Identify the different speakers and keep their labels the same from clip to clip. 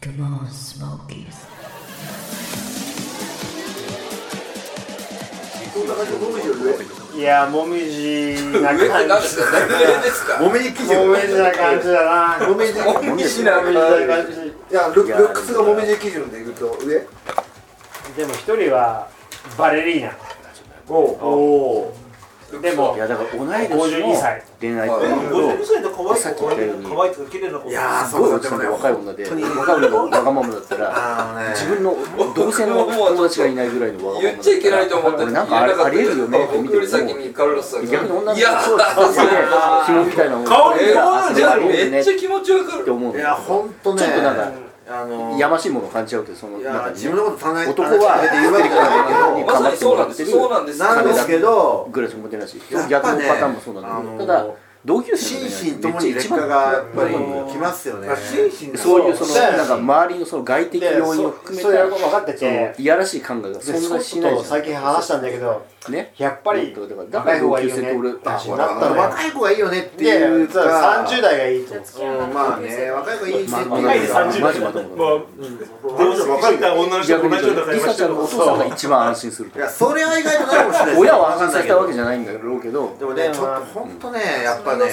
Speaker 1: Come on, Smokies.
Speaker 2: いや、もみじな感
Speaker 3: 上
Speaker 2: じ。
Speaker 3: って何ですか上ですか
Speaker 4: もみじ生地
Speaker 2: もみじな感じだな。
Speaker 4: もみじ
Speaker 2: もみじ
Speaker 4: い
Speaker 2: な感じ。
Speaker 4: やルルックスがもみじ基準で言うと上
Speaker 2: でも一人はバレリーナ。
Speaker 4: お
Speaker 2: でも
Speaker 5: い、やだから同い年の恋愛
Speaker 3: で
Speaker 6: で
Speaker 3: も
Speaker 6: も
Speaker 5: と
Speaker 6: 52歳で可愛い
Speaker 5: さっき
Speaker 6: 子
Speaker 5: 言った
Speaker 6: 可愛
Speaker 5: ように
Speaker 6: いとか綺麗な子
Speaker 4: いやー
Speaker 5: すごい落ち込んで若い女で若い女がわがままだったら
Speaker 4: あのね
Speaker 5: 自分の同性の友達がいないぐらいのわがままだ
Speaker 3: 言っちゃいけないと思って
Speaker 5: 俺なんかあれありえるよねって
Speaker 3: 僕
Speaker 5: 見て
Speaker 3: よ
Speaker 5: る
Speaker 3: り先にカルロスさんが
Speaker 5: 逆に女の
Speaker 3: い
Speaker 5: 子
Speaker 3: や
Speaker 5: がそうだ
Speaker 3: そうそう
Speaker 5: ひもみたいなもん
Speaker 6: 顔
Speaker 3: え
Speaker 5: あ
Speaker 3: ー、
Speaker 5: そ
Speaker 3: じ
Speaker 5: れ
Speaker 3: ゃあ
Speaker 5: ありえ
Speaker 3: め
Speaker 5: るね
Speaker 3: っ
Speaker 5: っ
Speaker 3: ちゃ気持ちわか
Speaker 5: て
Speaker 3: る
Speaker 5: 思うの
Speaker 4: いやほんとね
Speaker 5: ちょっとなんか
Speaker 4: あの
Speaker 5: やましいものを感じちゃうってその
Speaker 4: いや
Speaker 5: 中に
Speaker 4: 自
Speaker 5: ね
Speaker 4: 分のこと考え
Speaker 5: 男は
Speaker 4: 考えて言われてないけ
Speaker 3: まさにそうなんですそうなんです
Speaker 4: どなんですけど
Speaker 5: ぐらいしか持ってないし
Speaker 4: やっ
Speaker 5: 逆
Speaker 4: ぱ
Speaker 5: の
Speaker 4: ね
Speaker 5: パターンもそうなんだけどただ同級生の
Speaker 4: 心身と
Speaker 5: 中
Speaker 4: も
Speaker 5: で
Speaker 4: に
Speaker 5: ね
Speaker 4: 劣化がやっぱり
Speaker 5: 一番
Speaker 4: きますよね
Speaker 6: 心身
Speaker 5: そういうそ
Speaker 2: そう
Speaker 5: のなんか周りのその外的
Speaker 2: で、
Speaker 5: 要因を
Speaker 2: そ
Speaker 5: 含め
Speaker 2: それは
Speaker 5: た
Speaker 2: 分かって
Speaker 5: その
Speaker 2: て、
Speaker 5: いやらしい考えが
Speaker 2: で
Speaker 5: 存在し
Speaker 2: そ
Speaker 5: な
Speaker 2: う
Speaker 5: い
Speaker 2: と
Speaker 5: じゃ
Speaker 2: 最近話したんだけど、
Speaker 5: んね
Speaker 2: やっぱり
Speaker 5: だから
Speaker 2: 若い方
Speaker 5: だから同
Speaker 2: がい
Speaker 5: 級
Speaker 2: いよ
Speaker 5: 生
Speaker 2: ね
Speaker 5: と俺
Speaker 2: って話になったのよ。
Speaker 4: 若い子がいいよねっ
Speaker 2: で、
Speaker 4: ていう
Speaker 2: 実は
Speaker 4: か
Speaker 2: 30代がいいと思う。
Speaker 4: うんまあね若い子いいし
Speaker 5: ま
Speaker 4: っ
Speaker 5: ま
Speaker 4: て
Speaker 5: ま
Speaker 4: いう
Speaker 6: で30
Speaker 4: か
Speaker 6: 代
Speaker 5: マジまともだ
Speaker 6: 同性若いから女の人
Speaker 5: 逆
Speaker 6: と
Speaker 5: に
Speaker 6: 同じ
Speaker 5: 言う
Speaker 6: ような
Speaker 5: とリ
Speaker 6: 会話
Speaker 5: サ
Speaker 6: し
Speaker 5: ちゃ
Speaker 6: て
Speaker 5: ん
Speaker 6: る
Speaker 5: のお父さんが一番安心すると
Speaker 4: いやそれは意外とないかもしれないです
Speaker 5: 親は安心させたわけじゃないんだろうけど
Speaker 4: でもねちょっと本当ねやっぱね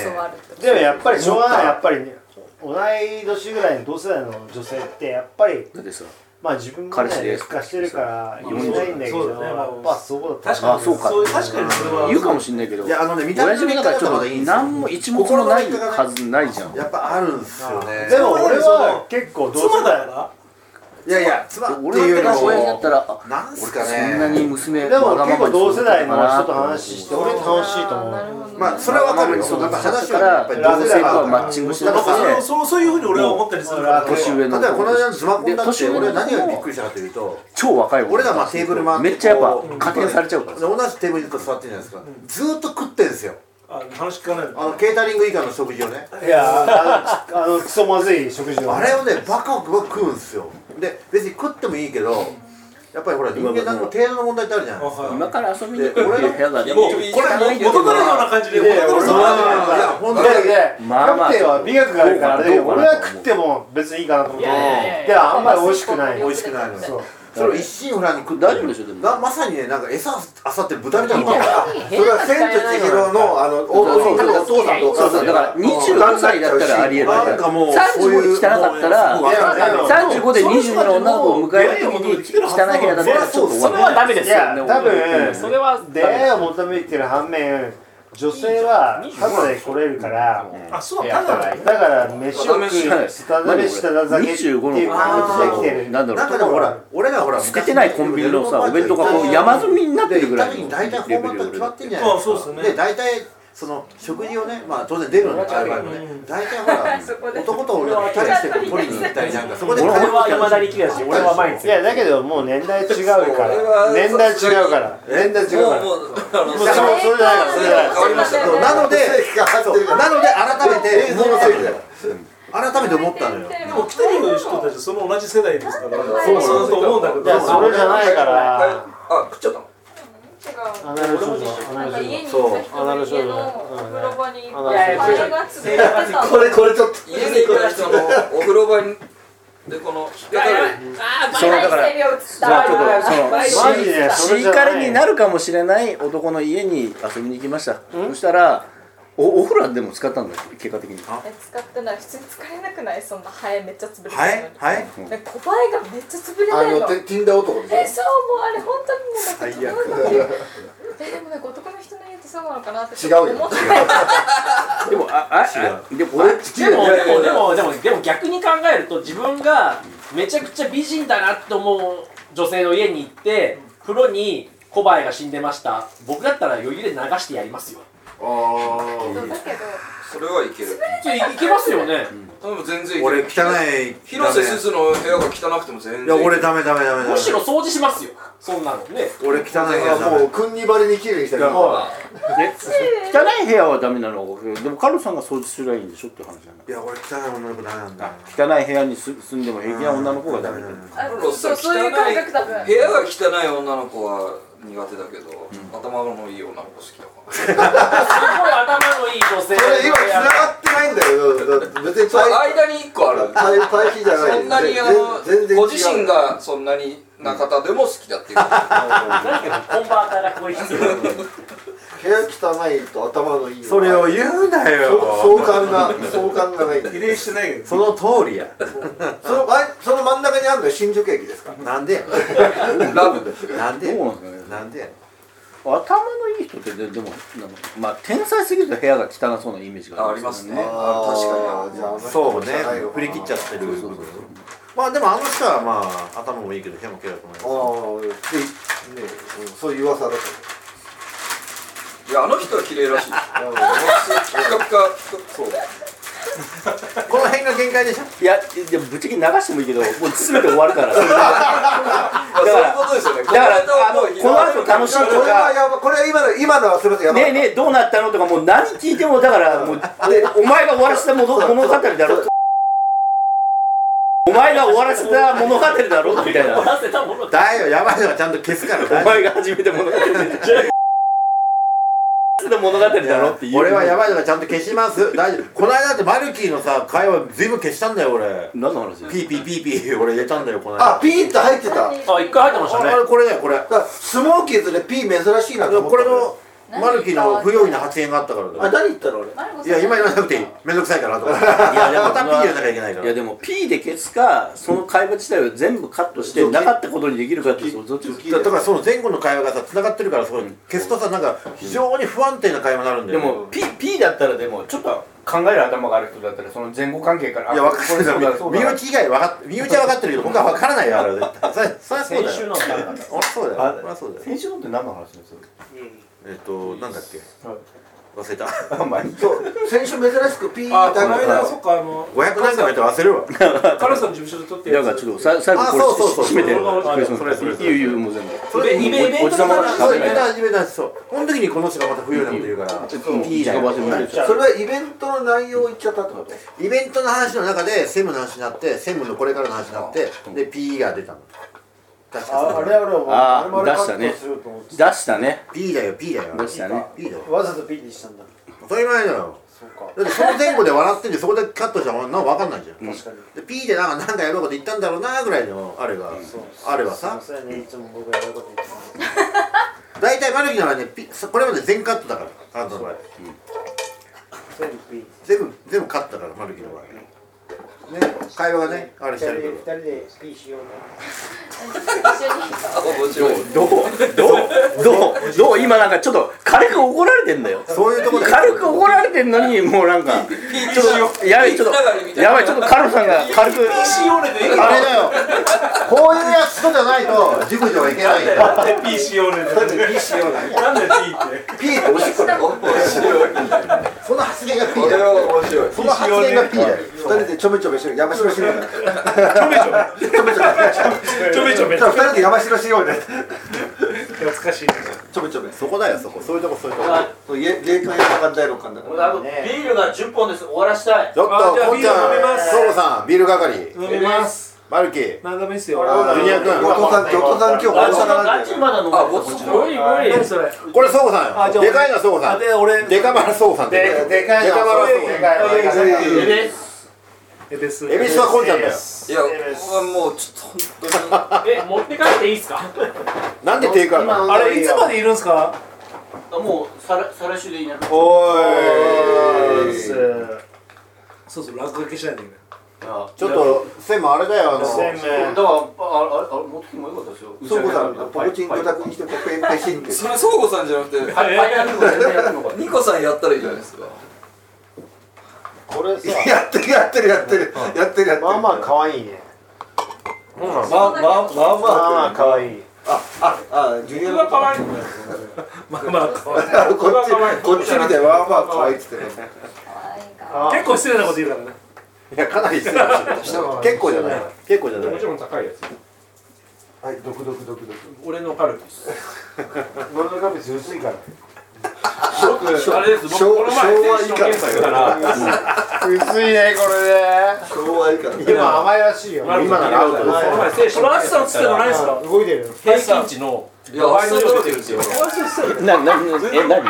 Speaker 2: でもやっぱりしょうがない、やっぱりね、同い年ぐらいの同世代の女性って、やっぱり、
Speaker 5: だってさ
Speaker 2: まあ自分が
Speaker 5: 彼
Speaker 2: ね、
Speaker 5: 氏で
Speaker 2: 劣化してるから、言えないんだけど、
Speaker 6: そうだね
Speaker 2: やっぱそうだっ
Speaker 6: 確
Speaker 2: た。
Speaker 6: か
Speaker 5: あ
Speaker 6: に
Speaker 5: そうか
Speaker 6: う確かにそれは
Speaker 5: 言うかもしんないけど
Speaker 4: いやあのね見た目
Speaker 5: 親父の中でちょっ
Speaker 4: の劣化だったらまだいいんですよ
Speaker 5: と何も一目もないはずないじゃん
Speaker 4: やっぱあるんですよね
Speaker 2: でも俺は結構同世
Speaker 6: 妻だ
Speaker 2: 代
Speaker 6: か
Speaker 4: いやいや妻ってい
Speaker 5: 俺
Speaker 4: うよ
Speaker 5: が親父
Speaker 4: り
Speaker 5: だっ
Speaker 4: も
Speaker 5: たらあ
Speaker 4: なんす
Speaker 5: 俺
Speaker 4: か
Speaker 5: そんなに
Speaker 4: ね
Speaker 5: 娘
Speaker 2: でも
Speaker 5: わがま
Speaker 2: 結
Speaker 5: ま
Speaker 2: 構
Speaker 5: に
Speaker 2: 同
Speaker 5: 育
Speaker 2: 世
Speaker 5: てた
Speaker 2: 代
Speaker 5: か
Speaker 2: の
Speaker 5: な
Speaker 2: 人と話して、俺楽しいと思う。
Speaker 4: まあそれはわかるよ
Speaker 5: そう
Speaker 4: なんか話
Speaker 5: だ
Speaker 4: は
Speaker 5: から
Speaker 4: やっぱり同
Speaker 5: 同
Speaker 4: 性
Speaker 5: 性と
Speaker 4: だ
Speaker 5: は
Speaker 4: か
Speaker 5: マ
Speaker 4: ら
Speaker 5: ッチングし
Speaker 6: ら
Speaker 5: な
Speaker 6: なん
Speaker 5: く
Speaker 6: かそれ
Speaker 5: て
Speaker 6: そうそういうふうに俺は思ったりするから
Speaker 2: もう
Speaker 5: 年上の
Speaker 4: 例えばこの間のズマコンだって
Speaker 5: で
Speaker 4: 俺は
Speaker 5: 年
Speaker 4: 何
Speaker 5: 上の
Speaker 4: がびっくりしたかというと
Speaker 5: 超若いもん
Speaker 4: 俺らまあテーブル回って
Speaker 5: めっちゃやっぱ加点されちゃうからさ
Speaker 4: 同じテーブルに座ってるじゃないですかずーっと食ってんですよ
Speaker 6: あ話聞かない
Speaker 4: あのケータリング以下の食事をね
Speaker 2: いやーあの、あのクソまずい食事を。
Speaker 4: あれをねバカバカ食うんですよで別に食ってもいいけどやっぱりほら人間なんか程度の問題ってあるじゃないですか
Speaker 6: あはい
Speaker 5: 今から遊びに行くっていう部屋がで
Speaker 3: もう
Speaker 5: も
Speaker 3: これ
Speaker 6: 元取るような感じで
Speaker 2: いやいや
Speaker 6: 元
Speaker 2: 俺
Speaker 6: 取る
Speaker 2: そう
Speaker 6: ような
Speaker 2: な
Speaker 6: 感
Speaker 2: んだ
Speaker 4: い
Speaker 6: じで
Speaker 4: や本当に
Speaker 2: だけどね
Speaker 5: まあま
Speaker 2: カク
Speaker 5: あ
Speaker 2: テルは美学があるからあれだけど
Speaker 5: どうか
Speaker 2: 俺
Speaker 5: な
Speaker 2: は食っても別にいいかなと思って
Speaker 4: いやいやいや
Speaker 2: であんまり美味しくない
Speaker 4: 美味しくないのよ
Speaker 2: そう
Speaker 4: それを一心不乱に食って
Speaker 5: 大丈夫でしょでも
Speaker 4: なまさにねなんか餌あさってる豚みたいなもんだからそれは千と千尋のあの
Speaker 5: そ
Speaker 4: 大
Speaker 5: うそう
Speaker 4: 鳥のお父さんとお
Speaker 5: そ
Speaker 4: 母
Speaker 5: う
Speaker 4: さ
Speaker 5: そ
Speaker 4: ん
Speaker 5: うだから
Speaker 4: 何
Speaker 5: 25歳だったらありえる
Speaker 4: なんかもうそういう
Speaker 5: 35に汚かったら
Speaker 4: もうわかんない
Speaker 2: いや
Speaker 5: 35で27の女の子を迎える時に汚い部屋だったらちょっと終
Speaker 4: そ
Speaker 5: わる
Speaker 4: れは
Speaker 7: ダメで
Speaker 2: い
Speaker 7: すよ
Speaker 2: や
Speaker 5: ね
Speaker 2: 多
Speaker 5: 俺
Speaker 2: 分
Speaker 7: それは
Speaker 2: 出会いを求めてる反面女性はタダで来れるから
Speaker 6: あそうなん
Speaker 2: だ
Speaker 6: だ
Speaker 2: から飯を食いタダ飯タダ酒ってい
Speaker 5: 25
Speaker 2: う感じで来て
Speaker 5: の
Speaker 2: る
Speaker 5: なんだろ
Speaker 4: な
Speaker 5: うん
Speaker 4: かでもほら俺らほら
Speaker 5: 捨ててないコンビニのさお弁当がこう山積みになってるぐらい
Speaker 4: で行
Speaker 5: の
Speaker 4: った時に大体フォーマット決まってんじゃない
Speaker 6: あそうですね
Speaker 4: で大体その食事をねまあ当然出るのがあるからね大体ほ ら男と俺が二人して取りに行ったりなんかそこで
Speaker 7: 俺は未だに綺麗だし俺は毎
Speaker 2: い
Speaker 7: 日
Speaker 2: やだけどもう年代違うか
Speaker 3: それは
Speaker 2: ら年代違うから年代違うからもう
Speaker 3: もうもうあの
Speaker 2: それそれじゃないからそれじゃない
Speaker 3: 変わりました
Speaker 4: そうなのでそうなので改めて思ったのよ改めて思ったのよ
Speaker 6: でも来てる人たちその同じ世代ですからそうそうだと思うんだけど
Speaker 2: いやそれじゃないか
Speaker 3: はい
Speaker 2: ら
Speaker 3: あ食っちゃったの
Speaker 2: アナル少女アナ
Speaker 8: なん
Speaker 2: ル少
Speaker 8: か
Speaker 2: 女
Speaker 8: 家に行った人の家のお風呂場にカレーがついてた
Speaker 4: これこれちょっと
Speaker 3: 家に行った人のお風呂場にでこの引っかかる
Speaker 5: そのだから
Speaker 8: 映
Speaker 5: そのちょっとその
Speaker 2: マジでそれ
Speaker 5: シ
Speaker 2: じゃ
Speaker 5: ーカ
Speaker 2: ない
Speaker 5: レになるかもしれない男の家に遊びに行きましたそしたらおお風呂はでも使ったんだよ結果的に
Speaker 8: 使ってない普通に使えなくないそんなハエめっちゃ潰れてるの
Speaker 4: は
Speaker 8: に
Speaker 4: いはい
Speaker 8: ね小林がめっちゃ潰れてるの
Speaker 4: ティンダ男で
Speaker 8: えそうもうあれ本当にもうなんかどうなってえでもなんか男の人の家ってそうなのかなってちょっと思って
Speaker 5: でもあああでも俺
Speaker 7: でもでもでもでもでも逆に考えると自分がめちゃくちゃ美人だなって思う女性の家に行って風呂にコバエが死んでました僕だったら余裕で流してやりますよ
Speaker 8: ただけど
Speaker 3: それはいける
Speaker 7: それいけますよね、
Speaker 3: でも全然いけ
Speaker 4: 俺
Speaker 3: る
Speaker 4: 汚い
Speaker 3: 広瀬す
Speaker 4: い
Speaker 3: ずの部屋が汚くても全然
Speaker 4: や俺ダメダメダメダ
Speaker 7: むしろ
Speaker 4: メ
Speaker 7: 掃除しますよそんなのね
Speaker 4: 俺汚いやダメ
Speaker 2: くんにばりに綺麗にした
Speaker 4: けど
Speaker 5: え汚い部屋はダメなのは分かるでもカルロさんが掃除すればいいんでしょって話なんだ
Speaker 4: いや俺汚い女の子ダメなんだ
Speaker 5: 汚い部屋にす住んでも平気な女の子がダメだよ
Speaker 8: あ
Speaker 3: ロス
Speaker 8: そうそういう感覚多分
Speaker 3: 部屋が汚い女の子は苦手だけど、頭のいい女の子好きだから
Speaker 7: ごい頭のいい女
Speaker 1: そ
Speaker 7: 性
Speaker 1: れ今繋がってないんだよだから別に
Speaker 3: そう
Speaker 1: 対
Speaker 3: 間に一個ある
Speaker 1: 対対比じゃない
Speaker 3: そんなにあの
Speaker 1: 全然違う
Speaker 3: ご自身がそんなにな方でも好きだっていう
Speaker 7: 何かコンバーターがここに来てる
Speaker 1: 部屋汚いと頭のいい
Speaker 5: それを言うなよ
Speaker 1: そう相関が相関がないんだ
Speaker 6: 比例してないけど
Speaker 5: その通りや
Speaker 1: その前その真ん中にあるのが新宿駅ですかなんでや
Speaker 3: ラブですよ
Speaker 1: なんで
Speaker 5: どう
Speaker 1: や
Speaker 5: なんですかね
Speaker 1: なんでや
Speaker 5: 頭のいい人ってででもなんかまあ天才すぎると部屋が汚そうなイメージが
Speaker 3: あ
Speaker 5: あ
Speaker 3: あり
Speaker 5: り
Speaker 3: ま
Speaker 5: ます
Speaker 3: す
Speaker 5: よ
Speaker 3: ね
Speaker 5: ね
Speaker 3: あ
Speaker 1: あ
Speaker 3: 確か
Speaker 1: ーじ
Speaker 3: に
Speaker 1: ゃああの人
Speaker 4: そうね
Speaker 1: じゃないよな
Speaker 4: 振り切っちゃってる
Speaker 5: そうそうそう
Speaker 4: まあでもあの人はまあ頭もいいけど部屋も綺麗だと思います
Speaker 1: ああでねうんそういう噂だと
Speaker 3: いやあの人は綺麗らしいですピカピカそう
Speaker 4: この辺が限界でしょ
Speaker 5: いやでもぶっちゃけ流してもいいけどもう全て終わる からそれでだ
Speaker 3: そういうことですよね
Speaker 5: だからあのこの後楽しいと
Speaker 1: これは
Speaker 5: か
Speaker 1: やばこれは今の今のはすみませんやば
Speaker 5: ね
Speaker 1: い
Speaker 5: えねえどうなったのとかもう何聞いてもだからもうおお前が終わらせたもの物語だろお前が終わらせた物語だろみたい
Speaker 7: 終わ
Speaker 5: な
Speaker 7: らせたものだ
Speaker 4: だよやばいのはちゃんと消すから
Speaker 5: お前が始めた物語だろ物語だろっていう
Speaker 4: 俺はやばいのはちゃんと消します大丈夫この間だってマルキーのさ会話ずいぶん消したんだよ俺
Speaker 5: 何の話
Speaker 4: ピーピーピーピー俺入れたんだよこの間
Speaker 1: あピーって入ってた
Speaker 7: あ一回入ってましたね
Speaker 4: あれこれだよこれだか
Speaker 1: だからスモーキーズでピー珍しいなと
Speaker 4: ら
Speaker 1: 思った
Speaker 4: これのマルキーの不用意な発言があったからだよ
Speaker 1: あ何言ったの俺
Speaker 4: いや今言わなくていいめんどくさいから とかいやいやまたピー入れなきゃいけないか
Speaker 5: いや
Speaker 4: ら
Speaker 5: でも P で消すかその会話自体を全部カットしてなかったことにできるかってそうどっちです
Speaker 4: だだからその前後の会話がさ繋がってるからそこに消すとさなんか非常に不安定な会話になるんだ
Speaker 9: で
Speaker 4: よ
Speaker 9: も P, P だったらでもちょっと考える頭がある人だったらその前後関係から
Speaker 4: いや分かる
Speaker 9: る
Speaker 4: じゃん身内以外分かっ身内は分かってるけど僕は分からないよあれは絶対それそれはそうだよ
Speaker 7: の
Speaker 4: 俺そうだよ
Speaker 9: あ
Speaker 4: 俺はそうだよ
Speaker 9: 先週のって何の話です
Speaker 4: えっとなんだっけ
Speaker 9: はい
Speaker 4: 忘れた
Speaker 9: あんまり
Speaker 1: そう先週珍しくピー
Speaker 6: あ
Speaker 1: っ
Speaker 6: ー
Speaker 1: て
Speaker 6: この
Speaker 1: 入って
Speaker 6: 間
Speaker 1: た
Speaker 6: そっかあの
Speaker 4: 500何回もやって忘れるわ
Speaker 6: カラスの事務所で撮って
Speaker 5: だからちょっとさ最後
Speaker 4: あ
Speaker 5: こ
Speaker 4: そうそうそう
Speaker 5: れ締めて
Speaker 6: あ
Speaker 4: それそれそれ
Speaker 5: いいよいいよもう全部
Speaker 4: それ
Speaker 7: イベイベ
Speaker 5: おじさまが
Speaker 4: そう
Speaker 5: 食べ
Speaker 4: イベン
Speaker 5: ない
Speaker 4: ト始めたしそうこの時にこの人がまた冬のこと言うから
Speaker 5: ピーだよ
Speaker 1: それはイベントの内容を言っちゃったってこと
Speaker 4: イベントの話の中で専務の話になって専務のこれからの話になってで P が出たの確か
Speaker 2: ああ
Speaker 4: そ
Speaker 2: れあれ俺も
Speaker 5: あー
Speaker 2: 俺もあれ
Speaker 5: 出したね
Speaker 2: カットすると思って
Speaker 5: 出したね
Speaker 4: P だよ P だよ
Speaker 5: 出したね
Speaker 4: P だよ
Speaker 2: わざとピンにしたんだ
Speaker 4: 当たり前だよ
Speaker 2: そうか
Speaker 4: だってその前後で笑ってんでそこでカットしたらなんか分かんないじゃん
Speaker 2: 確かに
Speaker 4: で P でなんかなんかやろうこと言ったんだろうなぐらいのあれがあれば
Speaker 2: すいま
Speaker 4: さ
Speaker 2: せんねいつも僕がやること言って
Speaker 4: 大体マルキのはねピこれまで全カットだからあなたの場合
Speaker 2: 全部ピン
Speaker 4: 全部全部カットだからマルキの場合ね会話がねあれ
Speaker 2: 二
Speaker 4: して
Speaker 2: 人で
Speaker 4: る
Speaker 2: 二人でピンしようね
Speaker 3: 面白い
Speaker 5: どうどうどうどう今なんかちょっと軽く怒られてんだよ
Speaker 4: からそういうとこだよ
Speaker 5: 軽く怒られてんのにもうなんかちょっとやばいちょっとやばいちょっとカロさんが軽
Speaker 4: あ
Speaker 5: く
Speaker 4: れだよこういうやつとじゃないと熟女はいけないんだよ
Speaker 6: で P しようねってなんで P しようねなんで P っ
Speaker 4: P
Speaker 6: て
Speaker 4: っておしっこだよ
Speaker 3: 面白い
Speaker 4: その発言が P
Speaker 3: こ
Speaker 4: だ
Speaker 3: れ
Speaker 4: よ
Speaker 3: は面白い
Speaker 4: その発言が P だよ
Speaker 1: 二人でちょめちょめしろやましろしろようね
Speaker 6: ちょめちょめ
Speaker 1: じゃあ二人でやましろしろうね
Speaker 6: 懐かしい
Speaker 1: ちょめちょめ
Speaker 4: そこだよそこそういうとこそういうとこ
Speaker 1: そう芸芸界の関大六感だから
Speaker 7: あとビールが10本です終わらしたい
Speaker 4: ちょっ
Speaker 6: あじ
Speaker 4: と
Speaker 6: ゃあ
Speaker 4: こんちゃん
Speaker 6: ビール飲みます
Speaker 4: そうさんビール係
Speaker 6: 飲みます
Speaker 4: マルキー
Speaker 6: 何ダメっすよ
Speaker 4: ジュニア君
Speaker 1: 後藤さん後藤さん今日大阪なんだよ
Speaker 7: まだ飲む
Speaker 3: あごちそう
Speaker 7: 無理無理
Speaker 6: 何それ
Speaker 4: これそうさ
Speaker 6: あ
Speaker 4: ん
Speaker 6: じ
Speaker 4: よ
Speaker 6: ゃあ
Speaker 4: でかいのはそうさ
Speaker 6: あ
Speaker 4: ん
Speaker 6: で俺
Speaker 4: デカマラそうさんって言う
Speaker 2: でかい
Speaker 4: デカマラそう
Speaker 2: でかいのでかいの
Speaker 7: 無理です
Speaker 6: えです
Speaker 4: エビスはこんちゃんだよ
Speaker 3: いやもうちょっと本
Speaker 7: え持って帰っていいですか
Speaker 4: なんでテイクアウト
Speaker 6: あれいつまでいるんすか
Speaker 7: もう再来再来週でいいな
Speaker 4: お
Speaker 2: で
Speaker 4: ーい
Speaker 2: す
Speaker 6: そうそう落書きしないといけない
Speaker 4: ちょっと専務あれだよあの
Speaker 2: 全
Speaker 7: だからああれ持ってきてもよかったですよ
Speaker 1: そうこさんポコチンご宅にしてペンペンシンで
Speaker 3: 当それ相互さんじゃなくて
Speaker 7: はいはいはい
Speaker 3: ニコさんやったらいいじゃないですか
Speaker 2: これさ
Speaker 1: やってるやってるやってるやってるやってる
Speaker 2: まあまあ可愛いね
Speaker 6: まあ
Speaker 1: まあまあまあ
Speaker 2: まあまあ可愛い
Speaker 1: ああジュニアの
Speaker 6: 可愛いまあまあ可愛い
Speaker 1: あこっちこっち見てまあまあ可愛いっつってね
Speaker 6: 結構失礼なこと言うからね
Speaker 4: いやかなり失礼だし結構じゃない結構じゃない
Speaker 6: ろん高いやつ
Speaker 1: はいドクドクドクドク
Speaker 6: 俺のカルピス
Speaker 2: ゴールドカップス薄いから
Speaker 7: 僕あれです
Speaker 1: 昭
Speaker 7: 僕この前
Speaker 1: 昭和以
Speaker 7: テンション
Speaker 1: 下
Speaker 7: 検査したら
Speaker 2: 薄いねこれ
Speaker 1: 昭和以下
Speaker 2: ねでも甘いらしいよ
Speaker 6: 今な
Speaker 4: らアウト
Speaker 6: この前精神その暑さのつってのないですか
Speaker 2: 動いてるよ
Speaker 7: 平均値の
Speaker 3: いや、あっさり食べてるんですよ。
Speaker 5: な、な、え、なに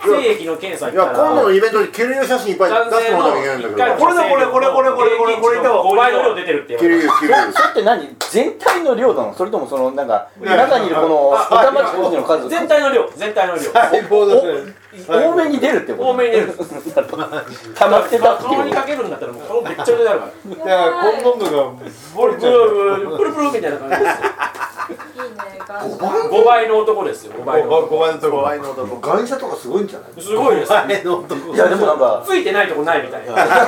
Speaker 7: 精液の検査
Speaker 4: い
Speaker 7: 行
Speaker 4: や
Speaker 7: った
Speaker 4: 今度
Speaker 7: ら
Speaker 4: のイベントでケルユ写真いっぱい出
Speaker 7: 男
Speaker 4: して
Speaker 7: 性
Speaker 4: もらわなきゃいけないん
Speaker 7: の
Speaker 4: だけ
Speaker 7: 一回
Speaker 4: ど
Speaker 6: これだこれこれこれこれこれこれこれ
Speaker 7: 5倍の量出てるって
Speaker 4: ケ
Speaker 7: 言わ
Speaker 4: ルユケ
Speaker 7: れた
Speaker 4: ルユ
Speaker 5: それって何全体の量なのそれともその、なんか、中にいるこの、お
Speaker 6: あ
Speaker 5: たまちこじの数
Speaker 7: 全体の量 全体の量
Speaker 5: お多めに出るってこと
Speaker 7: 多めに出るんです
Speaker 5: 溜まってたって
Speaker 7: 顔に
Speaker 5: いう
Speaker 7: かけるんだったらもう顔めっちゃ出てあるから
Speaker 2: いやコンドームが
Speaker 7: ボルブルブルブルブルみたいな感じで
Speaker 8: い
Speaker 7: す
Speaker 8: いねガンジ
Speaker 7: 5倍の男ですよ5倍の
Speaker 2: 5倍のとこ
Speaker 4: 倍の男ガンシャとかすごいんじゃない
Speaker 7: すごいです
Speaker 5: いやでもなんか
Speaker 7: ついてないとこないみたいな
Speaker 5: だか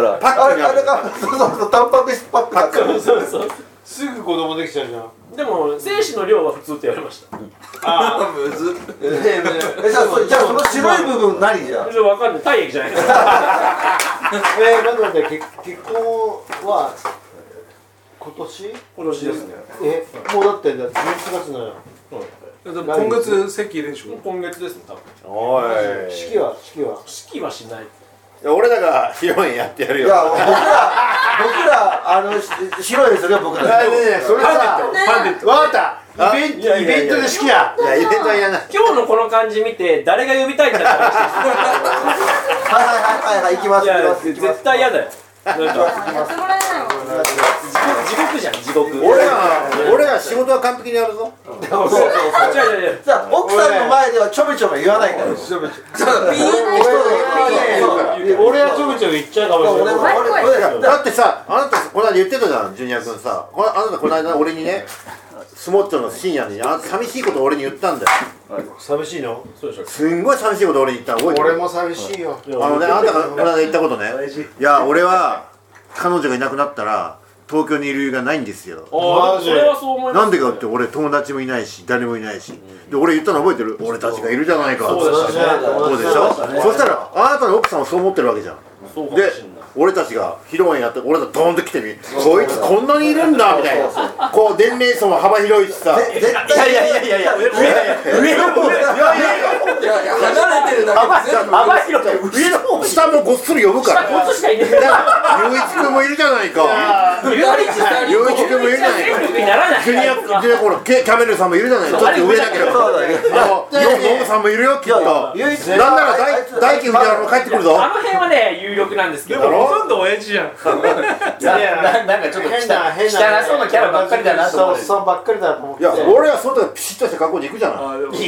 Speaker 5: ら
Speaker 4: パックにあれがそうそうそうタンパク質パックだから
Speaker 7: そうそうそう
Speaker 2: すぐ子供できちゃうじゃん
Speaker 7: でも精子の量は普通って言われました
Speaker 3: あ、むずっ。
Speaker 4: えじゃあそじゃあその白い部分何じゃ
Speaker 7: それわかんない体液じゃないですか
Speaker 2: えー、待って待って結結婚は今年
Speaker 7: 今年ですね
Speaker 2: えもうだってだって11月なのよ
Speaker 6: 今月席入れんでしょ
Speaker 7: 今月ですね多分
Speaker 9: おい
Speaker 2: 式は式は
Speaker 7: 式はしない
Speaker 9: いや俺らがヒロインやってやる
Speaker 4: い
Speaker 9: よ
Speaker 4: や僕ら僕らあのし白いですよね僕ら
Speaker 2: あねえねえそれさわかったイベン
Speaker 9: いや
Speaker 2: ト
Speaker 9: いやい
Speaker 2: イ
Speaker 9: や
Speaker 2: ベントで式だ
Speaker 4: いやイベントはやらない
Speaker 7: 今日のこの感じ見て誰が呼びたいんだって話で
Speaker 4: はいはいはいはい行きます
Speaker 7: すい
Speaker 4: 行きます行き
Speaker 7: や
Speaker 4: ます
Speaker 7: 絶対嫌だよなんか
Speaker 8: やってもらえないもん
Speaker 7: 地獄じゃん地獄
Speaker 4: 俺ら俺ら仕事は完璧にやるぞ
Speaker 7: そうそうそう違う違う違う
Speaker 4: じゃあ奥さんの前ではちょめちょめ言わないから
Speaker 2: 俺はちょびちょび行っちゃうかもしれない
Speaker 8: 前声
Speaker 4: だってさあなたこの間言ってたじゃんジュニア君さこのあなたこの間俺にねスモッチョの深夜にあなた寂しいこと俺に言ったんだよ
Speaker 2: 寂しいの
Speaker 4: すんごい寂しいこと俺に言ったの覚えてる
Speaker 2: も寂しいよ
Speaker 4: あのねあなたがこの間言ったことねいや俺は彼女がいなくなったら東京にいる理由がないんですよ
Speaker 7: ああそれはそう思います
Speaker 4: なんでかって俺友達もいないし誰もいないし、で俺言ったの覚えてる俺たちがいるじゃないか
Speaker 7: そうでしたね
Speaker 4: そうでしょそしたらあなたの奥さんはそう思ってるわけじゃん
Speaker 7: そうかも
Speaker 4: で
Speaker 7: しんない
Speaker 4: 俺たちが披露宴やって俺たちドーンと来てみこいつこんなにいるんだみたいなこう年齢層も幅広いしさ
Speaker 9: いやいやいやいやいや上上の方だ
Speaker 3: いやいや、離れてるだけで全部。
Speaker 4: 幅広く上の方下もごっそり呼ぶから
Speaker 7: こっちしかいねえ
Speaker 4: だから雄一君もいるじゃないか
Speaker 7: いるより実際に
Speaker 4: 雄一君もいるじゃないか
Speaker 7: 全部に ならない
Speaker 4: ジュニア、ジュニアほら、ケキャメルさんもいるじゃない、ちょっと上だけど。
Speaker 1: そうだね
Speaker 4: あの、ヨンノムさんもいるよ、きっと。なん
Speaker 1: 唯一
Speaker 4: なら、大、大輝藤原も帰ってくるぞ。
Speaker 7: あの辺はね有力なんですけ
Speaker 6: で
Speaker 7: ど
Speaker 6: もほとんど親父じゃん
Speaker 5: ななんかちょっと汚
Speaker 2: 変な変
Speaker 5: 汚
Speaker 2: な
Speaker 5: そうなキャラばっかりだなと思
Speaker 2: お
Speaker 5: っ
Speaker 2: ってさんばっかりだと思っ
Speaker 4: い
Speaker 2: て
Speaker 4: や、俺は外でピシッとした格好で行くじゃない。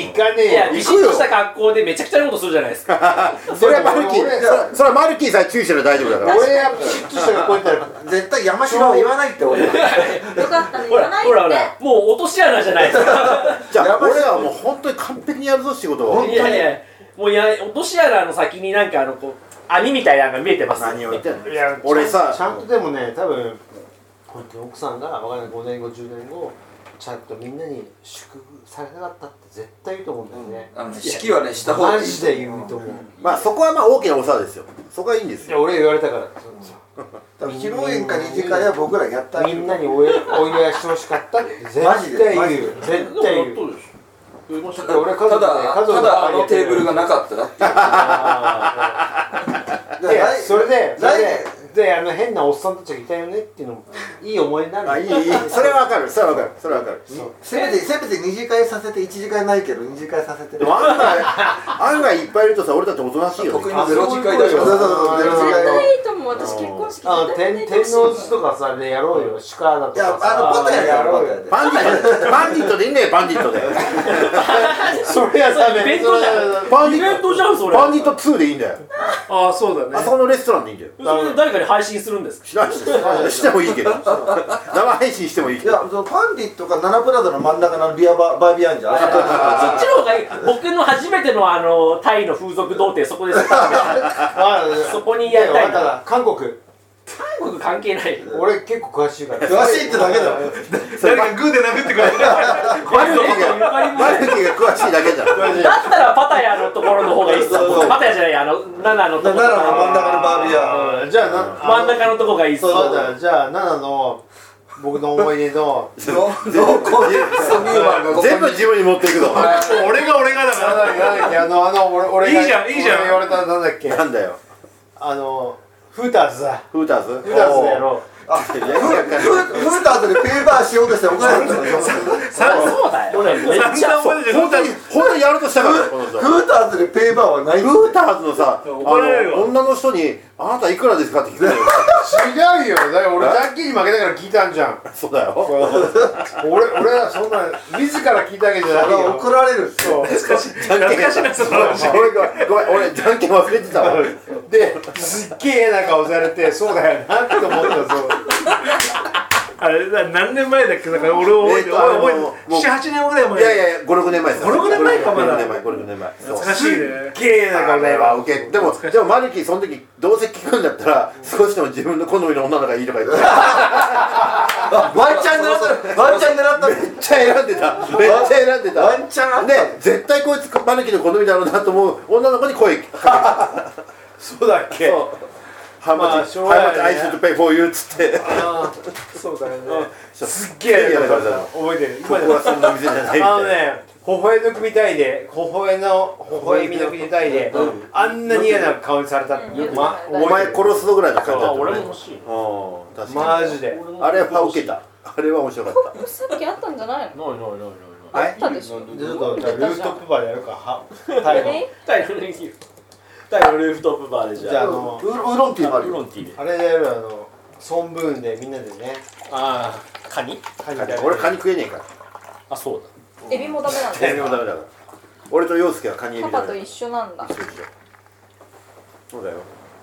Speaker 2: 行かね
Speaker 7: いや
Speaker 2: え
Speaker 7: ビシッとした格好でめちゃくちゃなことするじゃないですか
Speaker 4: それはマルキー、
Speaker 2: 俺
Speaker 4: それそれはマルキーさえ注意したら大丈夫だから。
Speaker 2: 俺はピシッとした格好行ったら
Speaker 1: 絶対山城は言わないって俺
Speaker 8: よかったね
Speaker 7: ほ
Speaker 8: 言わ
Speaker 7: ら
Speaker 8: ない
Speaker 7: ほらほ
Speaker 8: っ
Speaker 7: ら
Speaker 8: て
Speaker 7: もう落とし穴じゃないで すか
Speaker 4: じゃあ、俺らはもう本当に完璧にやるぞ、仕事を。
Speaker 7: いやいやもういや落とし穴の先になんかあのこう網みたいなのが見えてます
Speaker 4: 何を言ってんの
Speaker 2: いや
Speaker 4: 俺さ
Speaker 2: ちゃんちゃんとでもね多分こうやって奥さんがわかんない5年後10年後ちゃんとみんなに祝福されなかったって絶対言うと思うんだよね、
Speaker 3: あのね、式はね、した方がい
Speaker 2: マ
Speaker 3: い。
Speaker 2: ジで言うと思う、
Speaker 4: まあ、そこはまあ、大きなお世話ですよ。そこはいいんです
Speaker 2: い
Speaker 4: よ。
Speaker 2: や俺言われたからその
Speaker 1: 披露宴か二次会は僕らやった
Speaker 2: みんなにお祝いお祝いしてほしかったって絶
Speaker 1: マジで
Speaker 2: 対
Speaker 1: マジ
Speaker 2: 言う
Speaker 1: で
Speaker 2: 絶対言う
Speaker 7: うでしょ言いました
Speaker 2: だって俺家
Speaker 3: た
Speaker 2: 族で
Speaker 3: だ、
Speaker 2: 家族
Speaker 3: た
Speaker 2: で
Speaker 3: だあのテーブルがなかったらっていう。
Speaker 2: いやそれでそれ
Speaker 1: 来
Speaker 2: でであの変なおっさんたちがいたよねっていうのもいい思いになる
Speaker 4: あ、いい、いい。それはわかる、それはわかる、それはわかる。
Speaker 1: せめてせめて二次会させて一次会ないけど二次会させて
Speaker 4: でも案外、案外いっぱいいるとさ、俺たちおとなしいよね。
Speaker 3: 得意のゼロ次会だ
Speaker 1: そ
Speaker 3: し
Speaker 1: うそうそうゼロ次
Speaker 8: 絶
Speaker 1: 会
Speaker 8: 対いいと思う私結婚式
Speaker 2: あの天
Speaker 8: 絶対
Speaker 2: 天王寺とかさでやろうよ鹿だと
Speaker 1: いや
Speaker 2: か
Speaker 1: あ
Speaker 2: さ
Speaker 1: のポタヤやろうよ
Speaker 4: バンディット、バンディットでいいんだよ、バンディットで。
Speaker 2: それはさ
Speaker 7: イベントじゃん
Speaker 4: バンデ
Speaker 7: イ
Speaker 4: ィ
Speaker 7: ベ
Speaker 4: ット、
Speaker 7: ントじゃんそれ
Speaker 4: バンディット2でいいんだよ。
Speaker 6: ああそうだ
Speaker 4: あ
Speaker 6: ね
Speaker 4: そこのレストランでいいんだよ。
Speaker 7: それで誰かに配信するんですか
Speaker 4: しないし、してもいいけど。生配信してもいい
Speaker 1: い
Speaker 4: け
Speaker 1: や
Speaker 4: ど。
Speaker 1: そのパンディットかナナプラザの真ん中のビアババービーあんじゃんあそこに
Speaker 7: そっちの方がいい僕の初めてのあのタイの風俗童貞そこです
Speaker 2: あ
Speaker 7: そこにやりたい
Speaker 2: やわかった韓国
Speaker 7: 韓国関係ない
Speaker 2: 俺結構詳しいから
Speaker 1: 詳しいってだけだよ
Speaker 6: 誰かグーで殴ってくれ
Speaker 4: マルキーが、マルキーが詳しいだけじゃん。
Speaker 7: だったらパタヤのところの方がいいっすパタヤじゃないあの7のところ
Speaker 1: 奈良の真ん中のバービーアン
Speaker 2: じゃあな
Speaker 7: 真ん中のとこがいいっす
Speaker 2: そうそうだじゃあ7の僕の思い出の
Speaker 4: 全部自分に持っていくぞ。
Speaker 6: 俺が俺がだから
Speaker 2: なんだっけあのあの俺俺が
Speaker 6: いいじゃんいいじゃん
Speaker 2: 俺言われたなんだっけ
Speaker 4: なんだよ。
Speaker 2: あのフーターズだ
Speaker 4: フーターズ
Speaker 2: フーターズでや
Speaker 4: おー
Speaker 2: ろ
Speaker 1: あいやいやいや
Speaker 3: ふった後でペーパーしようとしておかしい
Speaker 7: そうだよ。めっちゃ。
Speaker 4: 本当に本当にやろうとしたからこの人
Speaker 3: ふった後でペーパーはない
Speaker 4: フーターズのさあ
Speaker 6: 怒られるわ
Speaker 4: の女の人に「あなたいくらですか?」って聞くのよ
Speaker 2: 違うよだから俺ジャッキーに負けたから聞いたんじゃん
Speaker 4: そうだよ
Speaker 2: 俺俺はそんな自ら聞いたわけじゃないよ
Speaker 3: 怒られる
Speaker 2: そう
Speaker 6: 懐かしいなその話
Speaker 4: 俺ごめんごめん俺じゃんけん忘れてたわ
Speaker 2: ですっげえな顔されてそうだよなって思ったそう
Speaker 6: あれだ何年前だっけだから俺を覚えて
Speaker 4: えーとあの
Speaker 6: 覚えて
Speaker 4: もう
Speaker 6: 78年ぐらい前
Speaker 4: いやいやいや56年前です
Speaker 6: 56年前かまだ
Speaker 4: 56年前56年前そう
Speaker 6: 懐かしいね
Speaker 4: すっげえなこれはウケでもでもマルキーその時どうせ聞くんだったら少しでも自分の好みの女の子がいいとか言ってめっ
Speaker 3: ワンチャン狙ったワンチャン狙った
Speaker 4: ちゃ選んでためっちゃ選んでた
Speaker 3: ワンチャンあった
Speaker 4: で絶対こいつマルキーの好みだろうなと思う女の子に声かけた
Speaker 2: そうだっけ
Speaker 4: ハ
Speaker 2: ま
Speaker 4: マ
Speaker 2: あ
Speaker 4: チ
Speaker 2: しょうがないね
Speaker 4: I should pay for you っつって
Speaker 2: ああそうだよねすっげ
Speaker 4: い
Speaker 2: え
Speaker 4: や
Speaker 2: ない
Speaker 4: や
Speaker 2: 顔された覚えてる今
Speaker 4: こ
Speaker 2: で
Speaker 4: こ
Speaker 2: も
Speaker 4: はそんな店じゃないみ
Speaker 2: あの
Speaker 4: たいな
Speaker 2: ね微笑みの国隊で微笑みの微笑みの国隊であんなに嫌な顔にされたって
Speaker 8: うん
Speaker 2: ま
Speaker 8: うん
Speaker 4: お前殺すぞぐらいの感じだ
Speaker 7: あ、
Speaker 4: った
Speaker 7: 俺も
Speaker 4: ね
Speaker 7: 欲しい。
Speaker 4: うん確か
Speaker 2: マ
Speaker 4: に
Speaker 2: ジで
Speaker 4: あれはウケたあれは面白かった
Speaker 8: さっきあったんじゃないの
Speaker 7: ないないないない
Speaker 8: あったでしょ
Speaker 2: ちょっとルートップバーでやるかはタイの
Speaker 8: え
Speaker 7: タイのルーフタイのルーフトップバーでじ
Speaker 2: じゃああ
Speaker 7: ゃあ。
Speaker 2: の
Speaker 3: ウーロンティーもある
Speaker 7: ウーロ
Speaker 3: よ
Speaker 7: ンティーで。
Speaker 2: あれでやるあのソンブーンでみんなでね
Speaker 7: ああ、カニ
Speaker 2: カニで
Speaker 4: 俺カニ食えねえから
Speaker 7: あ、そうだ。
Speaker 8: エビもダメなん
Speaker 4: カ
Speaker 8: で
Speaker 4: ニもダメだから俺と陽介はカニエ
Speaker 8: す
Speaker 4: ビ
Speaker 8: パ
Speaker 4: だ
Speaker 8: パ
Speaker 4: か
Speaker 8: と
Speaker 4: ら
Speaker 8: 一緒なんだ
Speaker 4: そうだよ